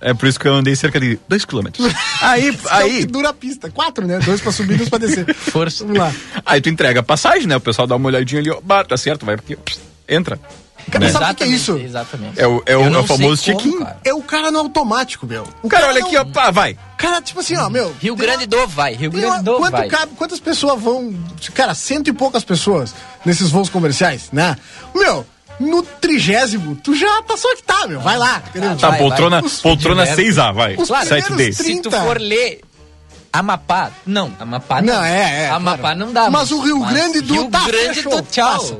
É por isso que eu andei cerca de 2 km. Aí,
Isso é o que
aí,
dura a pista. Quatro, né? Dois pra subir e dois pra descer.
Força.
Vamos lá.
aí tu entrega a passagem, né? O pessoal dá uma olhadinha ali, ó, bah, tá certo, vai aqui, pss, entra.
Cara,
Né?
sabe o que que é
Exatamente,
isso?
Exatamente.
É o, é o,
Eu
é
não
o famoso
sei como,
check-in.
cara.
É o cara no automático, meu. O é um-
Cara, olha aqui, ó,
não-
pá, vai.
Cara, tipo assim, ó, meu.
Rio
tem uma-
Grande do vai. Rio
tem
Grande
uma-
do
quanto
vai.
cabe- quantas pessoas vão. Cara, cento e poucas pessoas nesses voos comerciais, né? Meu, no trigésimo, tu já tá só que tá, meu. Vai lá, entendeu?
Tá,
Vai,
poltrona,
vai.
poltrona
Os
6A, vai.
Os
Claro.
7D.
Se tu
30.
for ler Amapá, não. Amapá Ah, não.
Não, é, é.
Amapá
claro.
não dá.
Mas o Rio Grande do
Rio
tá,
Grande
fechou,
do tchau.
passa.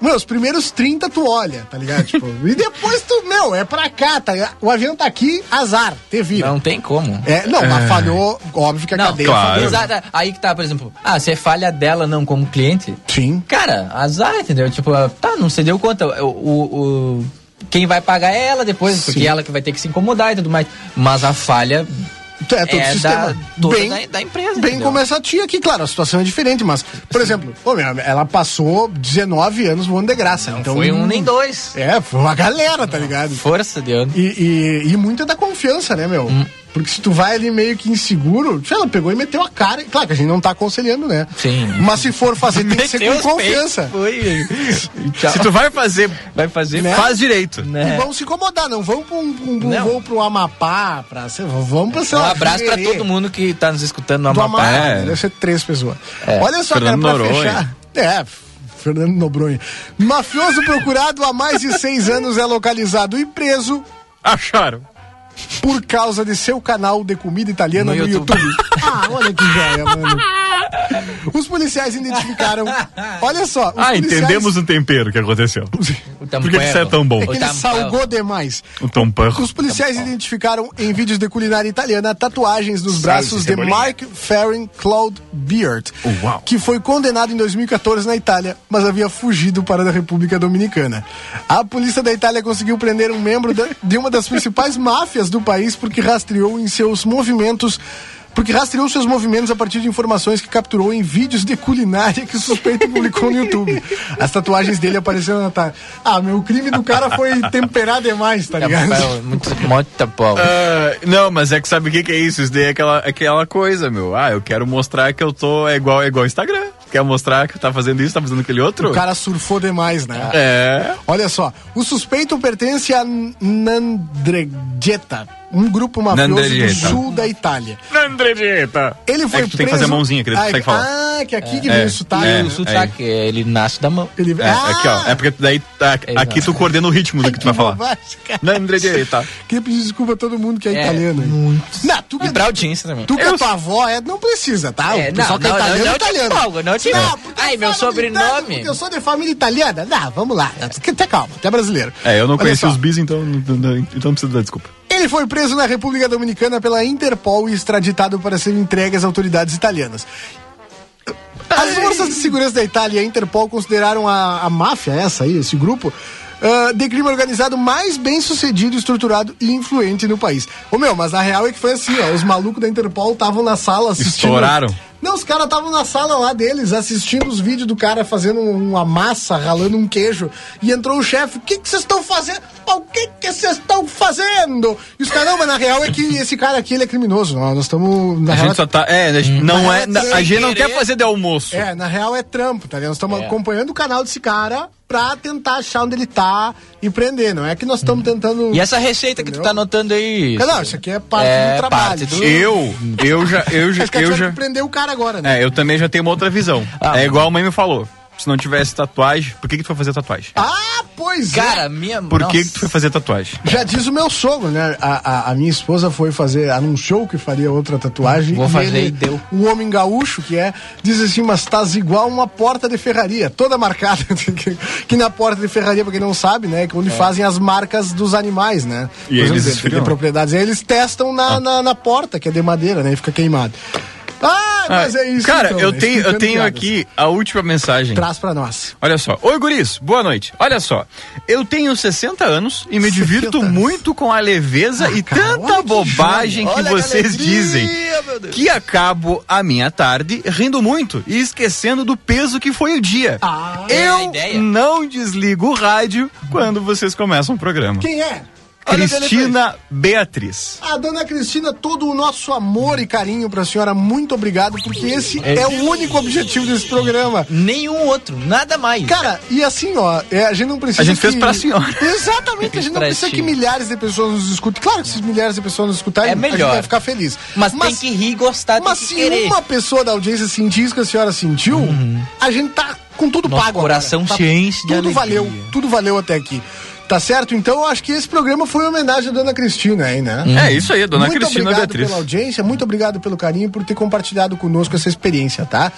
Meu, os primeiros 30 tu olha, tá ligado? Tipo, e depois tu, meu, é pra cá, tá ligado? O avião tá aqui, azar, te vira.
Não tem como.
É, não, mas falhou, óbvio que a
Não,
cadeia
claro.
falhou.
exata- Aí que tá, por exemplo, ah, se é falha dela não como cliente,
Sim.
cara, azar, entendeu? Tipo, ah, tá, não se deu conta. O, o- o- quem vai pagar é ela depois, porque ela que vai ter que se incomodar e tudo mais. Mas a falha
É, todo
é
sistema.
da, toda
bem,
da, da empresa.
bem
entendeu?
como essa tia aqui, claro, a situação é diferente, mas, por exemplo, ô, meu, ela passou 19 anos voando de graça. então,
Foi um nem dois.
É, foi uma galera, tá ligado?
Força de ano.
E, e, e muito é da confiança, né, meu?
Hum.
Porque se tu vai ali meio que inseguro, sei lá, pegou e meteu a cara. E, Claro que a gente não tá aconselhando, né?
Sim.
Mas se for fazer, tem que ser
Meteu
com
os
confiança.
peitos, Foi. Tchau.
Se tu vai fazer,
vai fazer,
Né?
faz direito.
E
né?
vão se incomodar, não vão pra um, um, um
Não.
voo pro Amapá, pra, sei, lá, vamos pra sei
Um
lá,
abraço pra
Jurerê,
todo mundo que tá nos escutando no
Do
Amapá. É.
Amapá, né?
É.
deve ser três pessoas. Olha só,
Fernando
cara, pra
Noronha.
fechar. É, Fernando Nobronha. Mafioso procurado há mais de seis anos é localizado e preso
Acharam.
por causa de seu canal de comida italiana no,
No
YouTube.
YouTube.
ah, olha que joia, mano. Os policiais identificaram. Olha só. os
Ah,
policiais-
entendemos o tempero que aconteceu.
O
Por que que isso é tão bom?
É que ele
Oitavo.
salgou demais.
O Tom Perro.
Os policiais identificaram em vídeos de culinária italiana tatuagens nos braços de Mark Farren Claude Beard,
Uau.
que foi condenado em 2014 na Itália, mas havia fugido para a República Dominicana. A polícia da Itália conseguiu prender um membro da- de uma das principais máfias do país porque rastreou em seus movimentos. Porque rastreou seus movimentos a partir de informações que capturou em vídeos de culinária que o suspeito publicou no YouTube. As tatuagens dele apareceram na tarde. Ah, meu o crime do cara foi temperar demais,
É,
tá ligado?
Tapau, muito, muito tapau.
Ah, não, mas é que sabe o que, que é isso? Isso daí é aquela, aquela coisa, meu. Ah, eu quero mostrar que eu tô. É igual, é igual Instagram. Quer mostrar que tá fazendo isso, tá fazendo aquele outro?
O cara surfou demais, né?
É.
Olha só, o suspeito pertence a N- Nandregheta, um grupo mafioso do
Nandregheta.
sul da Itália.
Andredita!
Ele foi
é que
preso...
tu tem que fazer a mãozinha, que ele
ah,
consegue falar.
Ah, que aqui que vem
É,
o sotaque.
é.
Tá o sotaque, ele nasce da mão.
Ele... Ah,
É, aqui, ó. É porque daí tá- aqui tu coordena o ritmo do que tu vai falar. Andredita.
Queria pedir desculpa a todo mundo que é,
É,
italiano. Muito. Não, tu que,
E pra audiência também.
tu que é tua avó, é, não precisa, tá?
É,
o pessoal
não,
que é
não,
italiano,
não,
é
não te
italiano.
empolgo, não te-
Não, porque
Ai,
eu falo
meu
de
sobrenome. É.
tanto, porque Eu sou de família italiana. Não, vamos lá. Até calma, até brasileiro.
É, eu não
Olha
conheci
só.
os bis, então não, não- então não precisa dar desculpa.
Ele foi preso na República Dominicana pela Interpol e extraditado para ser entregue às autoridades italianas. As forças de segurança da Itália e a Interpol consideraram a, a máfia, essa aí, esse grupo, ah, de crime organizado mais bem sucedido, estruturado e influente no país. Ô meu, mas a real é que foi assim, ó. Os malucos da Interpol estavam na sala assistindo.
Estouraram.
Não, os caras estavam na sala lá deles, assistindo os vídeos do cara fazendo um, uma massa, ralando um queijo. E entrou o chefe, o que que vocês estão fazendo? Pá, O que que vocês estão fazendo? E os caras, não, mas na real é que esse cara aqui, ele é criminoso. Nós estamos, na
A
real, Hum.
gente só tá. É, a gente- não é.
Mas
A gente não
querer.
quer fazer de almoço.
é, na real é trampo, tá ligado? Nós estamos
É.
acompanhando o canal desse cara pra tentar achar onde ele tá e prender. Não é que nós estamos tentando...
E essa receita que tu tá anotando aí.
Não, isso aqui é parte do trabalho.
parte do-
Eu, eu já, eu já,
Acho que a gente
eu
vai
já.
prender o cara agora, né?
É, eu também já tenho uma outra visão.
Ah,
é igual a mãe me falou. se não tivesse tatuagem, por que, que tu foi fazer tatuagem?
Ah, pois é.
Cara, minha.
Por que,
nossa.
que tu foi fazer tatuagem?
Já diz o meu sogro, né? A, a- a minha esposa foi fazer, anunciou que faria outra tatuagem.
Vou
e
fazer
ele,
e deu.
Um homem gaúcho que é, diz assim, mas tás igual uma porta de ferraria, toda marcada. que, que na porta de ferraria, pra quem não sabe, né?
É.
Que onde fazem as marcas dos animais, né?
E
de-
eles
de,
esfriam.
propriedades. Aí eles testam na,
Ah.
na, na porta, que é de madeira, né? E fica queimado. Ah, mas é isso.
Cara,
então,
eu
né,
tenho, eu
explicando
tenho
piadas.
aqui a última mensagem.
Traz pra nós.
Olha só. Oi, guris. Boa noite. Olha só. Eu tenho 60 anos e me
60
divirto
anos. Ah,
muito com a leveza e
cara, olha
tanta
que
bobagem que
Olha que
vocês
alegria,
dizem.
meu Deus.
Que acabo a minha tarde rindo muito e esquecendo do peso que foi o dia.
Ah.
É a
eu
ideia.
não desligo o rádio quando vocês começam o programa.
Quem é?
Olha o
Cristina Beatriz.
A dona Cristina, todo o nosso amor e carinho pra senhora, muito obrigado, porque esse é, o único objetivo desse programa.
Nenhum outro, nada mais.
Cara, e assim, ó, é, a gente não precisa.
A gente
que...
fez pra senhora.
Exatamente, a gente não
Pra
precisa
ti.
que milhares de pessoas nos escutem. Claro que se milhares de pessoas nos escutarem,
É
a gente
melhor.
vai ficar feliz.
mas, tem que rir e gostar, tem
mas
que
se
querer. Uhum.
uma pessoa da audiência sentir isso que a senhora sentiu, a gente tá com tudo
Nosso
pago.
coração
agora. Tá
se enche de
Tudo
alegria.
valeu, tudo valeu até aqui. Tá certo? Então eu acho que esse programa foi uma homenagem à dona Cristina aí, né?
É isso aí, dona
muito
Cristina
obrigado
Beatriz.
pela audiência, muito obrigado pelo carinho, por ter compartilhado conosco essa experiência, tá?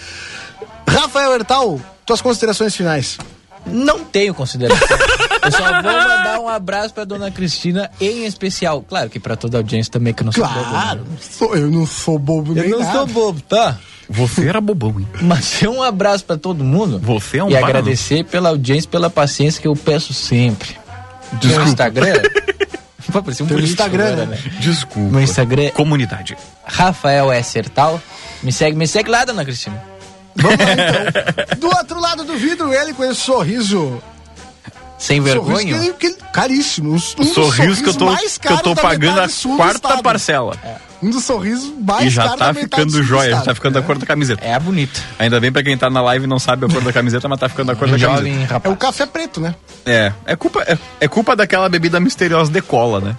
Rafael Hertal, tuas considerações finais.
Não tenho consideração. Eu só vou mandar um abraço pra dona Cristina, em especial. Claro que pra toda a audiência também, que eu não sou bobo. né?
sou- eu não sou bobo
Eu
nem
não
nada.
sou bobo, tá?
Você era bobão, hein?
Mas é um abraço pra todo mundo.
Você é um
E
banana.
agradecer pela audiência, pela paciência que eu peço sempre. Desculpa. No Instagram. Pô, parecia um
Teu
político
Instagram,
agora,
né?
né?
Desculpa.
Meu Instagram é
Comunidade.
Rafael Essertal. Me segue, me segue lá, dona Cristina.
Vamos lá,
né?
então. Do outro lado do vidro, ele com esse sorriso.
Sem
sorriso que
vergonha.
ele- que ele- caríssimo. Um, um dos
Sorriso que eu
sorrisos
tô,
mais
que eu tô
caros da
pagando
metade
a
sul do
quarta
estado.
parcela.
Um dos sorrisos mais
E já
caros
tá
da metade sul
ficando
do
jóia, já
estado.
tá ficando a cor da camiseta.
É bonito.
Ainda bem pra quem tá na live e não sabe a cor da camiseta, mas tá ficando a cor da
Um
camiseta.
jovem
É o
rapaz.
café preto, né?
É, é culpa, é, é culpa daquela bebida misteriosa de cola, né?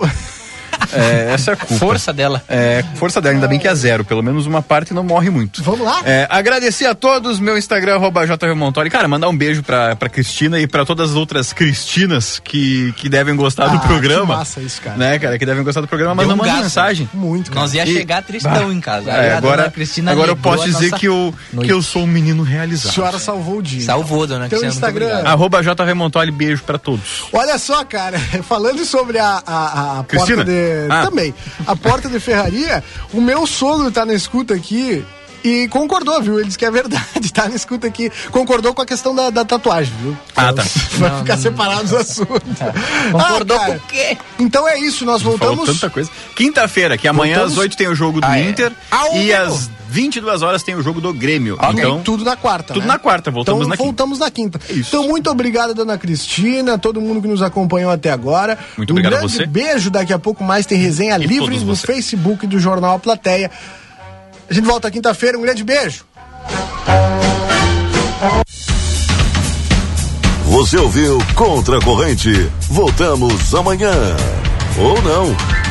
É, essa é a culpa.
Força dela.
É, força dela, ainda bem que é zero, pelo menos uma parte não morre muito.
Vamos lá?
É, agradecer a todos, meu Instagram, arroba JRMontoli. Cara, mandar um beijo pra, pra Cristina e pra todas as outras Cristinas que, que devem gostar
Ah,
do
que
programa.
massa isso, cara.
Né, cara, que devem gostar do programa, mas não
Deu um
manda
gás,
mensagem.
Muito, cara.
Nós ia
E-
chegar tristão em casa. Aí
É,
a
agora
dona Cristina
agora eu
alegrou
posso
a
dizer
nossa
que, eu,
noite.
que eu sou um menino
A
realizado.
senhora salvou o dia.
Salvou, dona
Teu
Cristina. muito
Instagram.
obrigado.
Arroba JRMontoli, beijo pra todos.
Olha só, cara, falando sobre a, a, a porta
Cristina?
de.
Ah.
Também. A porta de ferraria, o meu sogro tá na escuta aqui. E concordou, viu? Ele disse que é verdade, tá na escuta aqui. Concordou com a questão da, da tatuagem, viu?
Ah, tá.
Vai ficar separado os assuntos.
Concordou
Ah,
com
cara,
o quê?
Então é isso, nós
Falou
voltamos.
tanta coisa. Quinta-feira, que amanhã
Voltamos?
às 8 tem o jogo do
Ah, é.
Inter.
Ao
e
vivo.
às 22 horas tem o jogo do Grêmio.
Ok,
Então,
tudo na quarta.
tudo
né?
na quarta, voltamos
então,
na quinta.
voltamos na quinta.
isso.
Então, muito obrigado, dona Cristina, todo mundo que nos acompanhou até agora.
Muito obrigado
um
a
grande
você.
beijo. Daqui a pouco mais tem resenha livre
todos
no
vocês.
Facebook do Jornal A Plateia. A gente volta quinta-feira. Um grande beijo.
Você ouviu Contra a Corrente? Voltamos amanhã. Ou não.